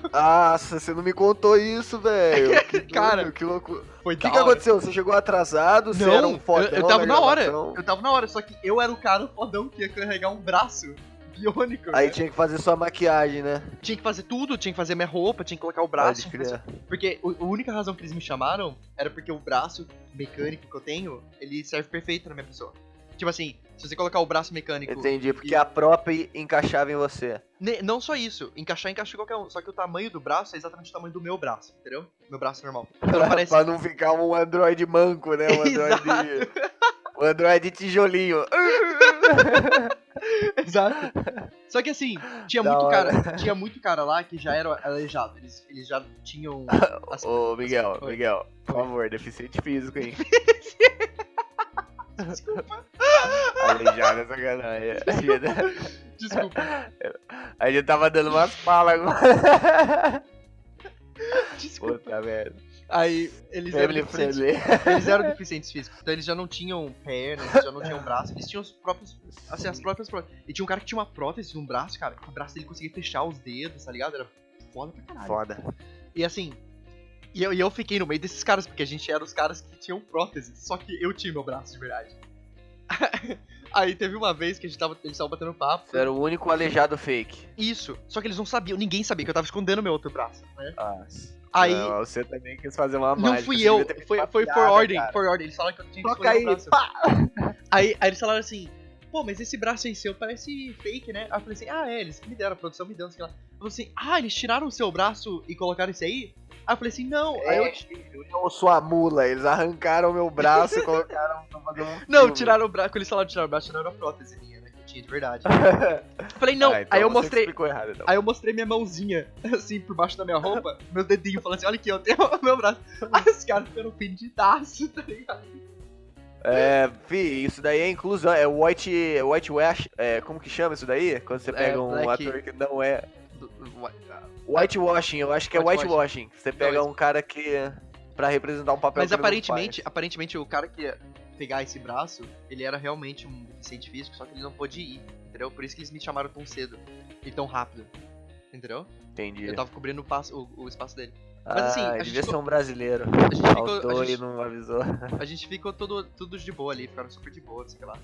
Speaker 2: quê? Nossa, você não me contou isso, velho. Que doido,
Speaker 1: Cara,
Speaker 2: que loucura.
Speaker 1: Foi
Speaker 2: O
Speaker 1: da
Speaker 2: que, que
Speaker 1: hora.
Speaker 2: aconteceu? Você chegou atrasado? você era
Speaker 1: Não,
Speaker 2: um fodão
Speaker 1: eu, eu tava na hora,
Speaker 2: gravação?
Speaker 1: eu tava na hora, só que eu era o cara fodão que ia carregar um braço biônico.
Speaker 2: Aí
Speaker 1: né?
Speaker 2: tinha que fazer sua maquiagem, né?
Speaker 1: Tinha que fazer tudo, tinha que fazer minha roupa, tinha que colocar o
Speaker 2: Pode
Speaker 1: braço. tinha que fazer-
Speaker 2: crer.
Speaker 1: Porque o- a única razão que eles me chamaram era porque o braço mecânico que eu tenho, ele serve perfeito na minha pessoa. Tipo assim, se você colocar o braço mecânico.
Speaker 2: Entendi, porque a própria encaixava em você.
Speaker 1: Ne- Não só isso, encaixar encaixa em qualquer um. Só que o tamanho do braço é exatamente o tamanho do meu braço, entendeu? Meu braço normal. Então não parece.
Speaker 2: pra não ficar um Android manco, né? Um Android. um Android tijolinho.
Speaker 1: Exato. Só que assim, tinha
Speaker 2: Da
Speaker 1: muito
Speaker 2: hora.
Speaker 1: cara, tinha muito cara lá que já era aleijado. Eles, eles já tinham. as-
Speaker 2: Ô, Miguel,
Speaker 1: Oi.
Speaker 2: Miguel, por favor, deficiente físico, hein? Desculpa. Aleijado é sacanagem. A gente-
Speaker 1: Desculpa.
Speaker 2: A gente tava dando umas palas agora.
Speaker 1: desculpa.
Speaker 2: Puta merda.
Speaker 1: Aí eles eram,
Speaker 2: Family
Speaker 1: deficientes,
Speaker 2: friendly.
Speaker 1: eles eram deficientes físicos. Então eles já não tinham pernas, eles já não tinham braço, eles tinham os próprios. Assim, as próprias próteses. E tinha um cara que tinha uma prótese num braço, cara. que O braço dele conseguia fechar os dedos, tá ligado? Era foda pra caralho.
Speaker 2: Foda.
Speaker 1: E assim. E eu, e eu fiquei no meio desses caras, porque a gente era os caras que tinham prótese. Só que eu tinha meu braço de verdade. Aí teve uma vez que a gente tava, eles estavam batendo papo.
Speaker 2: Você era o único aleijado fake.
Speaker 1: Isso. Só que eles não sabiam, ninguém sabia que eu tava escondendo meu outro braço, né?
Speaker 2: Ah,
Speaker 1: Aí.
Speaker 2: não, você também quis fazer uma mágica.
Speaker 1: Não fui
Speaker 2: você
Speaker 1: eu,
Speaker 2: devia ter feito
Speaker 1: foi,
Speaker 2: uma
Speaker 1: foi por
Speaker 2: piada,
Speaker 1: ordem,
Speaker 2: cara.
Speaker 1: por ordem. Eles falaram que eu tinha que
Speaker 2: Toca
Speaker 1: esconder
Speaker 2: aí,
Speaker 1: o braço.
Speaker 2: pá!
Speaker 1: Aí, aí eles falaram assim, pô, mas esse braço aí seu parece fake, né? Aí eu falei assim, ah, é, eles que me deram, a produção me deu, sei lá. Eu falei assim, ah, eles tiraram o seu braço e colocaram esse aí? Aí eu falei assim, não, aí eu...
Speaker 2: É, filho, eu sou a mula, eles arrancaram meu braço e colocaram pra fazer um
Speaker 1: Não,
Speaker 2: filme.
Speaker 1: tiraram o braço, quando eles falaram tiraram o braço, tiraram a prótese minha, né, que eu tinha de verdade. Eu falei, não,
Speaker 2: Ah, então
Speaker 1: aí eu
Speaker 2: você que
Speaker 1: mostrei...
Speaker 2: explicou errado, então.
Speaker 1: Aí eu mostrei minha mãozinha, assim, por baixo da minha roupa, meu dedinho, falando assim, olha aqui, eu tenho o meu braço. Aí os caras ficaram ofendidaço, tá ligado?
Speaker 2: É, fi, isso daí é inclusão, é white, white wash, é, como que chama isso daí? Quando você pega um
Speaker 1: É, black-
Speaker 2: ator que não é... ah, Whitewashing, eu acho que é
Speaker 1: Whitewashing.
Speaker 2: whitewashing. Você pega
Speaker 1: isso.
Speaker 2: um cara que... pra representar um papel
Speaker 1: Mas
Speaker 2: que ele não
Speaker 1: aparentemente, aparentemente o cara que ia pegar esse braço, ele era realmente um deficiente físico, só que ele não pôde ir, entendeu? Por isso que eles me chamaram tão cedo e tão rápido. Entendeu?
Speaker 2: faz. Entendi.
Speaker 1: Eu tava cobrindo o, passo- o- o espaço dele.
Speaker 2: Mas
Speaker 1: assim,
Speaker 2: assim,
Speaker 1: a
Speaker 2: ah,
Speaker 1: gente
Speaker 2: ele devia
Speaker 1: ficou-
Speaker 2: ser um brasileiro.
Speaker 1: A gente ficou,
Speaker 2: Faltou
Speaker 1: a
Speaker 2: e
Speaker 1: gente,
Speaker 2: não avisou.
Speaker 1: a gente ficou todo, tudo de boa ali, ficaram super de boa, não sei o que lá.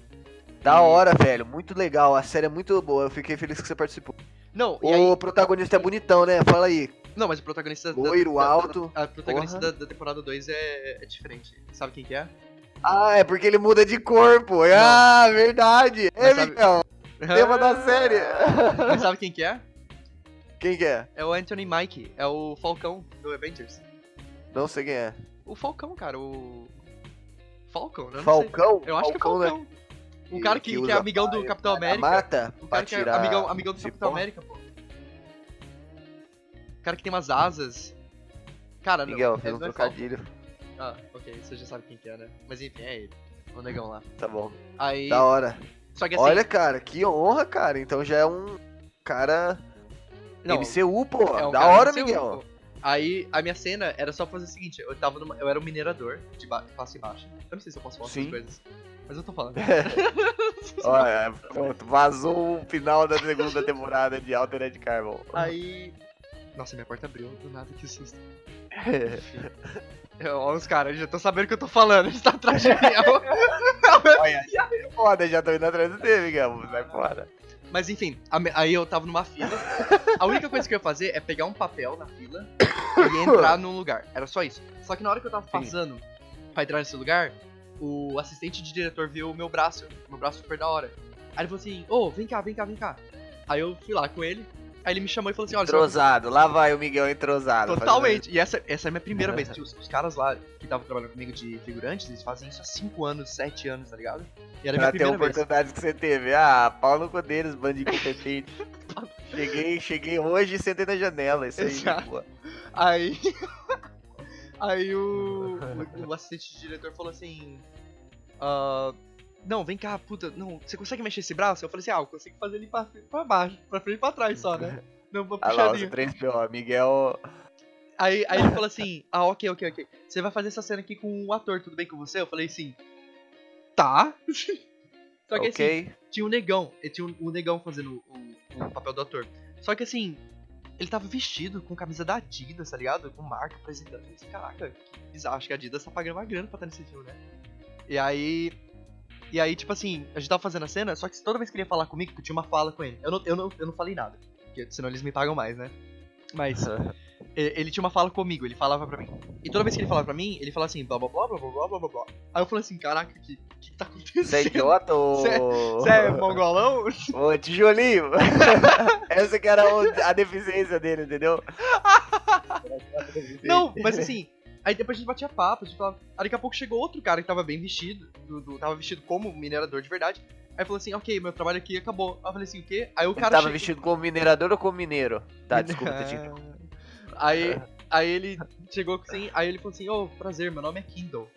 Speaker 2: Da hora, velho. Muito legal. A série é muito boa. Eu fiquei feliz que você participou.
Speaker 1: Não, e aí,
Speaker 2: O protagonista é bonitão, né? Fala aí.
Speaker 1: não mas o protagonista. da-
Speaker 2: Loiro,
Speaker 1: da- da-
Speaker 2: alto,
Speaker 1: A protagonista da,
Speaker 2: porra.
Speaker 1: da temporada 2 é, é diferente. Sabe quem que é?
Speaker 2: Ah, é porque ele muda de corpo. Ah, verdade.
Speaker 1: Mas
Speaker 2: É,
Speaker 1: sabe- Ah.
Speaker 2: Miguel. Tema da série.
Speaker 1: Mas sabe quem que é?
Speaker 2: Quem que é?
Speaker 1: É o Anthony Mike, é o Falcão do Avengers.
Speaker 2: Não sei quem é.
Speaker 1: O Falcão, cara, o. Falcão, né?
Speaker 2: Falcão?
Speaker 1: Eu acho
Speaker 2: Falcão,
Speaker 1: que é
Speaker 2: né?
Speaker 1: Falcão. O cara que,
Speaker 2: Que
Speaker 1: que é
Speaker 2: usa
Speaker 1: amigão do
Speaker 2: faia,
Speaker 1: Capitão
Speaker 2: A
Speaker 1: América.
Speaker 2: mata
Speaker 1: o
Speaker 2: pra
Speaker 1: cara que é
Speaker 2: tirar...
Speaker 1: amigão, amigão do
Speaker 2: de
Speaker 1: Capitão
Speaker 2: pó.
Speaker 1: América, pô. O cara que tem umas asas. Cara,
Speaker 2: Miguel,
Speaker 1: não,
Speaker 2: fez
Speaker 1: ele
Speaker 2: um
Speaker 1: não é
Speaker 2: trocadilho.
Speaker 1: Falcon. Ah, ok, você já sabe quem que é, né? Mas enfim, é ele. O negão lá.
Speaker 2: Tá bom.
Speaker 1: Aí.
Speaker 2: Da hora.
Speaker 1: Só que assim.
Speaker 2: Olha, cara, que honra, cara. Então já é um cara
Speaker 1: não,
Speaker 2: MCU, pô.
Speaker 1: é um
Speaker 2: da
Speaker 1: cara
Speaker 2: hora,
Speaker 1: de ser
Speaker 2: Miguel.
Speaker 1: único. Aí, a minha cena era só fazer o seguinte: eu tava numa- eu era um minerador de ba classe baixa. Eu não sei se eu posso falar essas
Speaker 2: Sim.
Speaker 1: coisas, mas eu tô falando.
Speaker 2: Olha, pronto, vazou o final da segunda temporada de Altered Carbon.
Speaker 1: Aí. Nossa, minha porta abriu do nada, que susto. Eu, ó, os caras, eles já estão sabendo o que eu tô falando, eles estão atrás de mim. é
Speaker 2: Olha, foda, já tô indo atrás de você, Miguel. Vai fora.
Speaker 1: Mas enfim, a me- aí eu tava numa fila. A única coisa que eu ia fazer é pegar um papel na fila e entrar num lugar. Era só isso. Só que na hora que eu tava passando pra entrar nesse lugar, o assistente de diretor viu o meu braço. Meu braço super da hora. Aí ele falou assim: Ô, vem cá, vem cá, vem cá. Aí eu fui lá com ele. Aí ele me chamou e falou assim: Olha, você vai
Speaker 2: Entrosado, lá vai o Miguel entrosado.
Speaker 1: Totalmente. E essa, essa é a minha primeira vez. Tio, os, os caras lá que estavam trabalhando comigo de figurantes, eles fazem isso há 5 anos, 7 anos, tá ligado? E era a minha
Speaker 2: Pra ter a
Speaker 1: primeira vez.
Speaker 2: oportunidade que você teve. Ah, pau no cu deles, bando de incompetente. cheguei, cheguei hoje e sentei na janela. Isso aí,
Speaker 1: Exato.
Speaker 2: boa.
Speaker 1: Aí. aí o, o, o assistente de diretor falou assim. ah, não, vem cá, puta, não, você consegue mexer esse braço? Eu falei assim, ah, eu consigo fazer ele pra, pra baixo, pra frente e pra trás só, né? Não, vou
Speaker 2: Ah lá,
Speaker 1: puxar
Speaker 2: os 3PO. Miguel.
Speaker 1: Aí, aí ele falou assim: Ah, ok, ok, ok. Você vai fazer essa cena aqui com o ator, tudo bem com você? Eu falei assim: Tá. Só que assim,
Speaker 2: ok.
Speaker 1: tinha um negão. E tinha um, um negão fazendo o, o papel do ator. Só que assim, ele tava vestido com camisa da Adidas, tá ligado? Com marca apresentando. Eu pensei, Caraca, que bizarro. Acho que a Adidas tá pagando uma grana pra estar nesse filme, né? E aí. E aí, tipo assim, a gente tava fazendo a cena, só que toda vez que ele ia falar comigo, que eu tinha uma fala com ele. Eu não, eu não, eu não falei nada. Porque senão eles me pagam mais, né? Mas. e- Ele tinha uma fala comigo, ele falava pra mim. E toda vez que ele falava pra mim, ele falava assim, blá blá blá blá blá blá blá blá blá. Aí eu falei assim, caraca, o que, que tá acontecendo?
Speaker 2: Você é idiota ou.
Speaker 1: Você é mongolão?
Speaker 2: Ô, tijolinho! Essa que era o- a deficiência dele, entendeu?
Speaker 1: Não, mas assim, aí depois a gente batia papo, a gente falava. Aí daqui a pouco chegou outro cara que tava bem vestido, do, do- tava vestido como minerador de verdade. Aí falou assim, ok, meu trabalho aqui acabou. Aí eu falei assim, o quê? Aí o
Speaker 2: Ele
Speaker 1: cara
Speaker 2: tava
Speaker 1: che-
Speaker 2: vestido como minerador ou como mineiro? Tá, desculpa,
Speaker 1: Ah.
Speaker 2: Tadinho.
Speaker 1: Aí, aí ele chegou assim, aí ele falou assim, ô, prazer, meu nome é Kindle.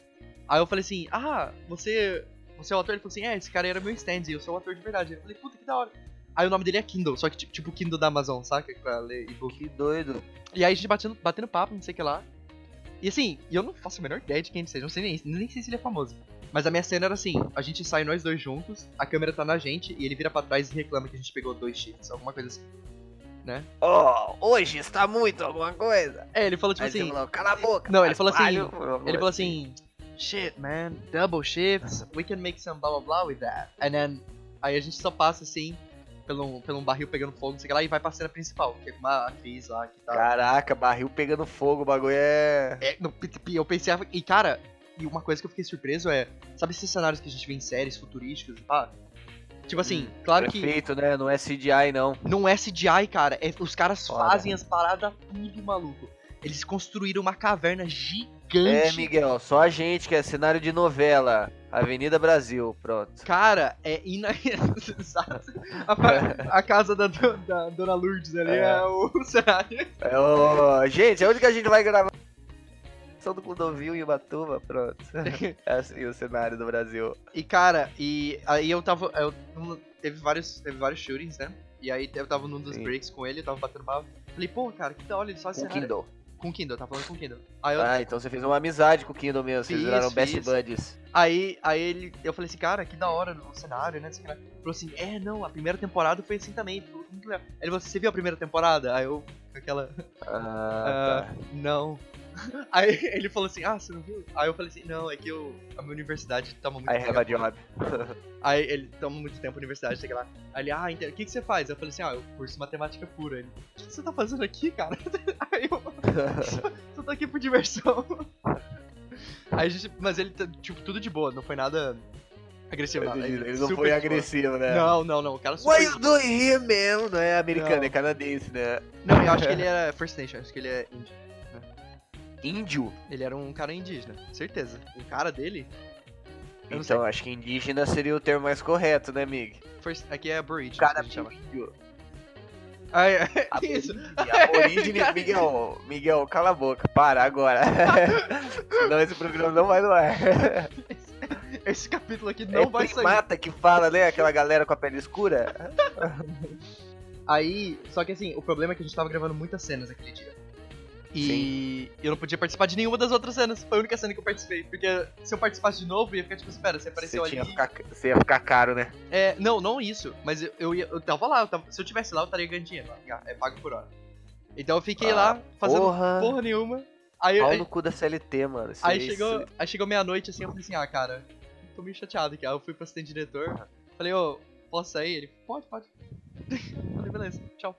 Speaker 1: Aí eu falei assim, ah, você, você é o ator? Ele falou assim, é, esse cara era meu stand, eu sou o ator de verdade. Eu falei, puta, que da hora. Aí o nome dele é Kindle, só que ti- tipo Kindle da Amazon, saca? Pra ler e-book.
Speaker 2: Que doido.
Speaker 1: E aí a gente batendo, batendo papo, não sei o que lá. E assim, eu não faço a menor ideia de quem ele seja, não sei nem, nem sei se ele é famoso. Mas a minha cena era assim, a gente sai nós dois juntos, a câmera tá na gente, e ele vira pra trás e reclama que a gente pegou dois shifts, alguma coisa assim.
Speaker 2: Ó, hoje está muito alguma coisa.
Speaker 1: É, ele falou tipo
Speaker 2: Aí você
Speaker 1: assim...
Speaker 2: falou, cala a boca.
Speaker 1: Não, ele
Speaker 2: faz
Speaker 1: falou assim,
Speaker 2: palho, alguma
Speaker 1: Ele falou
Speaker 2: coisa.
Speaker 1: assim, shit man, double shifts, we can make some blah blah blah with that. And then, aí a gente só passa assim, pelo um, pelo um barril pegando fogo, não sei o que lá, e vai pra cena principal, que é com uma atriz lá que tá.
Speaker 2: Caraca, barril pegando fogo, o bagulho é.
Speaker 1: É, no, pi- pi- eu pensei, e cara, e uma coisa que eu fiquei surpreso é, sabe esses cenários que a gente vê em séries futurísticas e pá? Tipo assim,
Speaker 2: Hum,
Speaker 1: claro que
Speaker 2: Perfeito, né? Não é CGI, não.
Speaker 1: não é CGI, cara, é- os caras
Speaker 2: Foda.
Speaker 1: fazem as paradas tudo maluco. Eles construíram uma caverna
Speaker 2: É,
Speaker 1: gigante.
Speaker 2: Miguel, só a gente que é cenário de novela. Avenida Brasil, pronto.
Speaker 1: Cara, é inacreditável. A, pa- a casa da, do- da Dona Lourdes ali é,
Speaker 2: É.
Speaker 1: o cenário.
Speaker 2: É, ô, gente, é onde que a gente vai gravar? São do Clodovil e Ubatuba, pronto. É assim o cenário do Brasil.
Speaker 1: E cara, e aí eu tava. eu- um- teve, vários, teve vários shootings, né? E aí eu tava num dos
Speaker 2: Sim.
Speaker 1: breaks com ele, eu tava batendo papo. Falei, pô, cara, que da hora, ele só
Speaker 2: Com o
Speaker 1: cenário.
Speaker 2: Kindle.
Speaker 1: Com o Kindle, tá falando com o Kindle. Aí, eu-
Speaker 2: Ah, então você fez uma amizade com o Kindle mesmo. Vocês
Speaker 1: Fiz,
Speaker 2: viraram best
Speaker 1: fiz.
Speaker 2: buddies.
Speaker 1: aí, aí ele, eu falei assim, cara, que da hora o cenário, né? Esse cara Falou assim, é, não, a primeira temporada foi assim também. ficou muito legal." Ele falou assim, você viu a primeira temporada? Aí eu, com aquela.
Speaker 2: Ah, tá.
Speaker 1: Não. Aí ele falou assim, ah, você não viu? Aí eu falei assim, não, é que eu, a minha universidade toma muito
Speaker 2: I
Speaker 1: tempo.
Speaker 2: have a job.
Speaker 1: Aí ele toma muito tempo a universidade, sei lá. Aí ele, ah, entendo. O que, que você faz? Eu falei assim, ah, eu curso matemática pura. Ele, o que que você tá fazendo aqui, cara? Aí eu, só tô aqui por diversão. Aí a gente, mas ele, tá, tipo, tudo de boa, não foi nada agressivo, nada.
Speaker 2: Ele não
Speaker 1: super
Speaker 2: foi
Speaker 1: de boa.
Speaker 2: agressivo, né?
Speaker 1: Não, não, não, o cara super...
Speaker 2: What you doing here, man? Não é americano,
Speaker 1: Não.
Speaker 2: é canadense, né?
Speaker 1: Não, eu acho que ele era First Nation, acho que ele é índio.
Speaker 2: Índio?
Speaker 1: Ele era um cara indígena, certeza. O cara dele... Eu não sei.
Speaker 2: Então, acho que indígena seria o termo mais correto, né, Mig?
Speaker 1: First, aqui é Aboriginal.
Speaker 2: Cara,
Speaker 1: que a gente chama.
Speaker 2: índio.
Speaker 1: Ah, é.
Speaker 2: A
Speaker 1: Isso.
Speaker 2: origem,
Speaker 1: Cara.
Speaker 2: Miguel, Miguel, cala a boca, para agora. Senão esse programa não vai no ar.
Speaker 1: Esse capítulo aqui não
Speaker 2: é
Speaker 1: vai sair.
Speaker 2: primata que fala, né? Aquela galera com a pele escura.
Speaker 1: Aí, só que assim, o problema é que a gente tava gravando muitas cenas aquele dia. E eu não podia participar de nenhuma das outras cenas. Foi a única cena que eu participei. Porque se eu participasse de novo, ia ficar tipo, espera, você apareceu
Speaker 2: Você,
Speaker 1: ali.
Speaker 2: tinha ficar, você ia ficar caro, né?
Speaker 1: É, não, não isso. Mas eu, eu, ia- eu tava lá, eu tava- se eu tivesse lá, eu estaria ganhando dinheiro. É pago por hora. Então eu fiquei
Speaker 2: Ah,
Speaker 1: lá fazendo porra,
Speaker 2: porra,
Speaker 1: nenhuma. Aí,
Speaker 2: pau
Speaker 1: aí-
Speaker 2: no cu da CLT, mano. Isso-
Speaker 1: Aí
Speaker 2: isso-
Speaker 1: chegou, aí chegou meia-noite assim, eu falei assim, ah, cara, tô meio chateado aqui. Aí eu fui pro assistente diretor, falei, ô, posso sair? Ele, pode, pode. falei, beleza, tchau.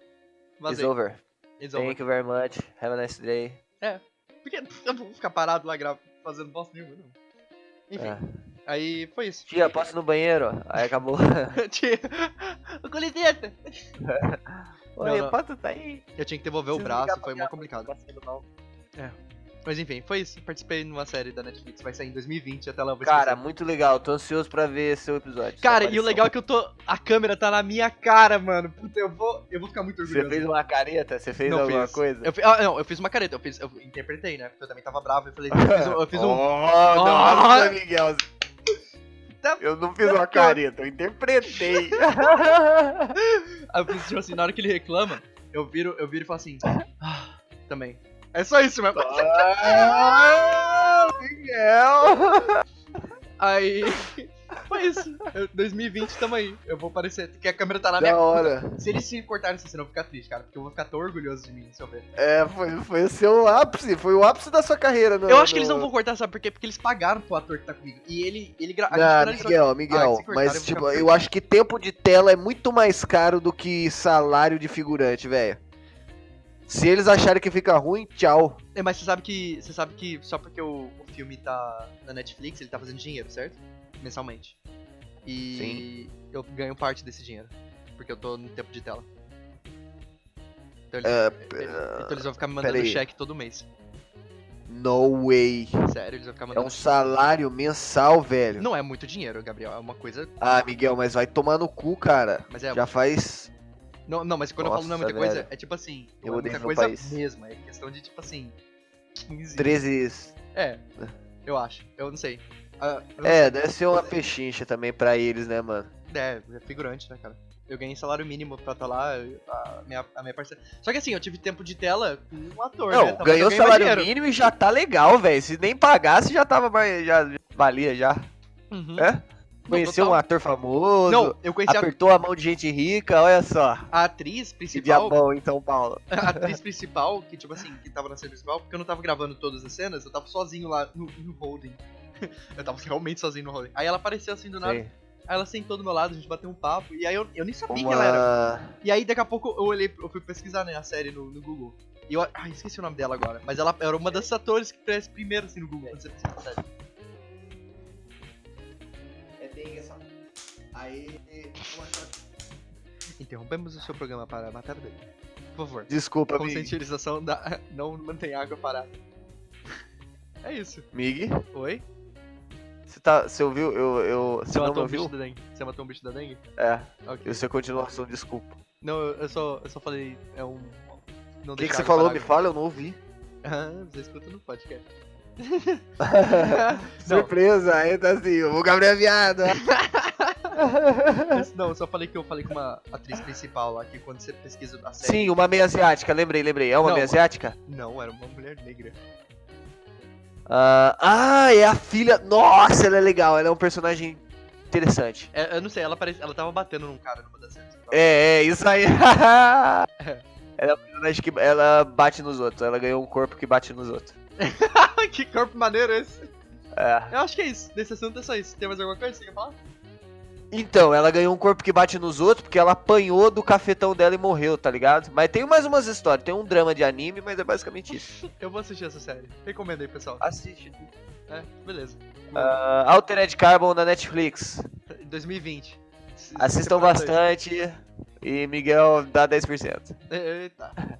Speaker 2: It's
Speaker 1: Vazei.
Speaker 2: over.
Speaker 1: It's over.
Speaker 2: Thank you very much. Have a nice day.
Speaker 1: Porque eu não vou ficar parado lá gra- fazendo bosta nenhuma, não. Enfim,
Speaker 2: É.
Speaker 1: aí foi isso.
Speaker 2: Tia, posso ir no banheiro? Aí acabou.
Speaker 1: Tia, com licença.
Speaker 2: Oi,
Speaker 1: não.
Speaker 2: posso sair?
Speaker 1: Eu tinha que devolver o
Speaker 2: Preciso
Speaker 1: braço,
Speaker 2: ligar pra
Speaker 1: foi mó
Speaker 2: minha mãe,
Speaker 1: complicado.
Speaker 2: passando mal.
Speaker 1: Mas enfim, foi isso. Participei numa série da Netflix, vai sair em 2020, até lá eu vou
Speaker 2: Cara,
Speaker 1: esquecer.
Speaker 2: muito legal. Tô ansioso pra ver seu episódio. sua
Speaker 1: Cara, e o
Speaker 2: aparição.
Speaker 1: legal é que eu tô. A câmera tá na minha cara, mano. Puta, eu vou. Eu vou ficar muito orgulhoso.
Speaker 2: um- Você fez uma careta? Você fez
Speaker 1: Não
Speaker 2: alguma
Speaker 1: fiz.
Speaker 2: coisa?
Speaker 1: Eu fi- ah, não, eu fiz uma careta, eu, fiz, eu interpretei, né? Porque eu também tava bravo, eu falei, eu fiz, um- eu fiz um.
Speaker 2: Oh,
Speaker 1: Ah!
Speaker 2: nossa, Miguel.
Speaker 1: Tá-
Speaker 2: Eu não fiz uma careta, eu interpretei. Oh.
Speaker 1: Aí eu fiz, tipo assim, na hora que ele reclama, eu viro, eu viro e falo assim. "Ah, também. É só isso mesmo.
Speaker 2: Tá. Ah, Miguel.
Speaker 1: Aí. Foi isso. Eu- 2020 tamo aí. Eu vou aparecer. Porque a câmera tá na minha.
Speaker 2: Da hora.
Speaker 1: Se eles se cortarem essa cena, eu vou ficar triste, cara. Porque eu vou ficar tão orgulhoso de mim, se eu ver.
Speaker 2: É, foi, foi o seu ápice, foi o ápice da sua carreira. No,
Speaker 1: eu acho que
Speaker 2: no-
Speaker 1: eles não vão cortar, sabe por quê? Porque eles pagaram pro ator que tá comigo. E ele. ele gra... a gente
Speaker 2: Ah,
Speaker 1: finalizou-
Speaker 2: Miguel,
Speaker 1: Ah,
Speaker 2: Miguel,
Speaker 1: se cortar, eu vou
Speaker 2: mas
Speaker 1: ficar
Speaker 2: tipo, eu
Speaker 1: feliz.
Speaker 2: acho que tempo de tela é muito mais caro do que salário de figurante, velho. Se eles acharem que fica ruim, tchau.
Speaker 1: É, mas você sabe que. Você sabe que só porque o, o filme tá na Netflix, ele tá fazendo dinheiro, certo? Mensalmente. E eu ganho parte desse dinheiro. Porque eu tô no tempo de tela. Então eles,
Speaker 2: É, Ah,
Speaker 1: eles- então eles vão ficar me mandando
Speaker 2: peraí.
Speaker 1: cheque todo mês.
Speaker 2: No way.
Speaker 1: Sério, eles vão ficar
Speaker 2: É
Speaker 1: mandando.
Speaker 2: um salário mensal, velho.
Speaker 1: Não é muito dinheiro, Gabriel. É uma coisa.
Speaker 2: Ah, Miguel, mas vai tomar no cu, cara.
Speaker 1: Mas é.
Speaker 2: Já faz.
Speaker 1: Não, não, mas quando eu falo não é
Speaker 2: Nossa,
Speaker 1: muita coisa,
Speaker 2: velho.
Speaker 1: é tipo assim.
Speaker 2: Eu
Speaker 1: é
Speaker 2: odeio
Speaker 1: muita
Speaker 2: meu
Speaker 1: coisa
Speaker 2: país.
Speaker 1: mesmo. É questão de tipo assim. 15.
Speaker 2: 13.
Speaker 1: É. Eu acho. Eu não sei. Ah, eu não
Speaker 2: É, deve ser uma pechincha também pra eles, né, mano?
Speaker 1: É, é figurante, né, cara? Eu ganhei salário mínimo pra estar lá, a minha, a minha parcela. Só que assim, eu tive tempo de tela com um ator, né? Talvez
Speaker 2: Não, ganhou
Speaker 1: eu ganhe mais
Speaker 2: salário
Speaker 1: dinheiro.
Speaker 2: mínimo e já tá legal, velho. Se nem pagasse, já tava mais. Já já valia já.
Speaker 1: Uhum.
Speaker 2: É? Conheceu um
Speaker 1: total.
Speaker 2: ator famoso.
Speaker 1: Não, eu conheci a-
Speaker 2: Apertou a mão de gente rica, olha só.
Speaker 1: a atriz
Speaker 2: Que
Speaker 1: principal.
Speaker 2: diabão, então, Paulo.
Speaker 1: a atriz principal, que tipo assim, que tava na cena principal, porque eu não tava gravando todas as cenas, eu tava sozinho lá no, no holding. eu tava realmente sozinho no holding. Aí ela apareceu assim do nada,
Speaker 2: Sim.
Speaker 1: aí ela sentou do meu lado, a gente bateu um papo, e aí eu, eu nem sabia que ela era.
Speaker 2: Uma...
Speaker 1: E aí daqui a pouco eu olhei, eu fui pesquisar né, a série no, no Google. E eu. Ai, esqueci o nome dela agora. Mas ela era uma das atores que aparece primeiro assim no Google. Quando você pesquisa a série.
Speaker 2: É bem essa. Aí.
Speaker 1: Interrompemos o seu programa para matar o bebê. Por favor.
Speaker 2: Desculpa, Mig.
Speaker 1: Conscientização da. Não mantém a água parada. É isso.
Speaker 2: Mig,
Speaker 1: Oi?
Speaker 2: você, tá, você ouviu? Eu, eu, você
Speaker 1: Você
Speaker 2: não me
Speaker 1: matou um bicho
Speaker 2: ouviu?
Speaker 1: da dengue. Você matou um bicho da dengue?
Speaker 2: É,
Speaker 1: Ok.
Speaker 2: eu sei a continuação, desculpa.
Speaker 1: Não, eu eu só, eu só falei. É um. Não
Speaker 2: O que, que você falou? Me fala, eu não ouvi.
Speaker 1: Ah, você escuta no podcast. não,
Speaker 2: Surpresa, aí tá assim, o Gabriel é viado.
Speaker 1: isso- não, eu só falei que eu falei com uma atriz principal lá, que quando você pesquisa a série.
Speaker 2: Sim, uma meia asiática, lembrei, lembrei. É uma
Speaker 1: Não.
Speaker 2: meia asiática?
Speaker 1: Não, era uma mulher negra.
Speaker 2: Ah, ah, é a filha. Nossa, ela é legal, ela é um personagem interessante.
Speaker 1: É, eu não sei, ela parece, ela tava batendo num cara numa das cenas.
Speaker 2: É, é, isso aí. ela é um personagem que ela bate nos outros, ela ganhou um corpo que bate nos outros.
Speaker 1: que corpo maneiro esse.
Speaker 2: É.
Speaker 1: Eu acho que é isso. Nesse assunto é só isso. Tem mais alguma coisa que você quer falar?
Speaker 2: Então, ela ganhou um corpo que bate nos outros porque ela apanhou do cafetão dela e morreu, tá ligado? Mas tem mais umas histórias, tem um drama de anime, mas é basicamente isso.
Speaker 1: Eu vou assistir essa série. Recomendo aí, pessoal.
Speaker 2: Assiste.
Speaker 1: É, beleza.
Speaker 2: Ah, Altered Carbon na Netflix.
Speaker 1: Em 2020. Se-
Speaker 2: Assistam
Speaker 1: temporada dois.
Speaker 2: bastante. E Miguel dá 10%.
Speaker 1: Eita.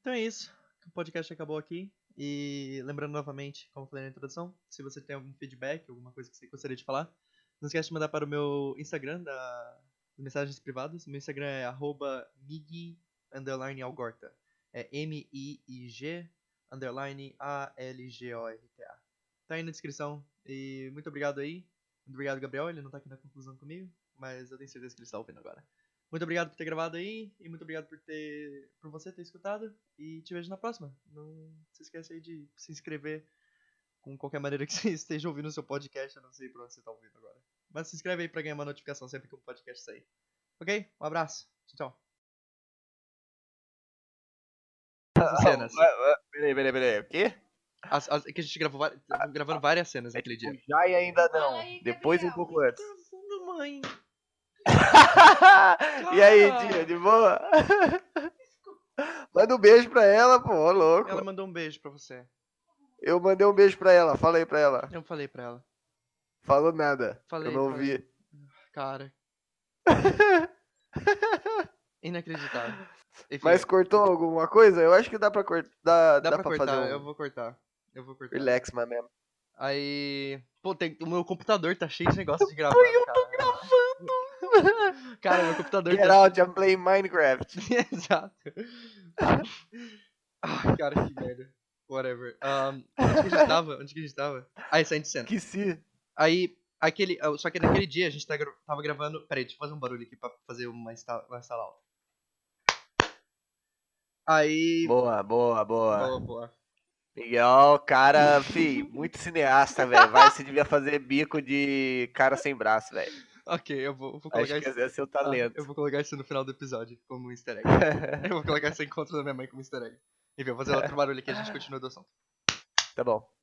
Speaker 1: Então é isso. O podcast acabou aqui. E lembrando novamente, como eu falei na introdução, se você tem algum feedback, alguma coisa que você gostaria de falar, não esquece de mandar para o meu Instagram da das mensagens privadas. Meu Instagram é arroba mig underline algorta. É M-I-I-G underline A-L-G-O-R-T-A. Tá aí na descrição. E muito obrigado aí. Muito obrigado, Gabriel. Ele não tá aqui na conclusão comigo, mas eu tenho certeza que ele está ouvindo agora. Muito obrigado por ter gravado aí e muito obrigado por ter por você ter escutado e te vejo na próxima. Não se esqueça aí de se inscrever com qualquer maneira que você esteja ouvindo o seu podcast, eu não sei pra onde você tá ouvindo agora. Mas se inscreve aí pra ganhar uma notificação sempre que o podcast sair. OK? Um abraço. Tchau, tchau. Essas cenas.
Speaker 2: Peraí, peraí, peraí. O quê?
Speaker 1: As- as- é que a gente gravou várias, tava gravando várias cenas naquele dia.
Speaker 2: Já e ainda não.
Speaker 7: Fala aí,
Speaker 2: Depois e um
Speaker 7: Gabriel.
Speaker 2: pouco antes.
Speaker 1: Transando, mãe.
Speaker 2: e aí, Dia, de boa? Manda um beijo pra ela, pô, ô louco.
Speaker 1: Ela mandou um beijo pra você.
Speaker 2: Eu mandei um beijo pra ela, falei pra ela.
Speaker 1: Eu falei pra ela.
Speaker 2: Falou nada.
Speaker 1: Falei,
Speaker 2: eu não
Speaker 1: falei.
Speaker 2: ouvi.
Speaker 1: Cara. Inacreditável. Enfim,
Speaker 2: Mas cortou alguma coisa? Eu acho que dá pra cortar. Dá,
Speaker 1: dá,
Speaker 2: dá
Speaker 1: pra,
Speaker 2: pra
Speaker 1: cortar,
Speaker 2: fazer
Speaker 1: eu
Speaker 2: um
Speaker 1: vou cortar. Eu vou cortar.
Speaker 2: relax, mano. mesmo.
Speaker 1: Aí. Pô, tem- o meu computador tá cheio de negócio de gravar. Eu tô gravando! Cara, meu computador
Speaker 2: Get
Speaker 1: tá
Speaker 2: out and play Minecraft.
Speaker 1: Exato. Ai, cara, que merda. Whatever. Ahn, onde que a gente tava? Onde que a gente tava? Aí, saindo de cena.
Speaker 2: Que se.
Speaker 1: Aí, aquele. ah, Só que naquele dia a gente tá gra- tava gravando. Peraí, deixa eu fazer um barulho aqui pra fazer uma, insta... uma sala alta. Aí.
Speaker 2: Boa, boa, boa.
Speaker 1: Boa, boa.
Speaker 2: Miguel, cara, fi, muito cineasta, velho. Vai, você devia fazer bico de cara sem braço, velho.
Speaker 1: Ok, eu vou, eu vou
Speaker 2: Acho
Speaker 1: colocar
Speaker 2: que
Speaker 1: isso.
Speaker 2: esse é seu
Speaker 1: ah,
Speaker 2: talento.
Speaker 1: eu vou colocar isso no final do episódio, como um easter egg. eu vou colocar esse encontro da minha mãe como easter egg. Enfim, eu vou fazer outro barulho aqui a gente continua do assunto.
Speaker 2: Tá bom.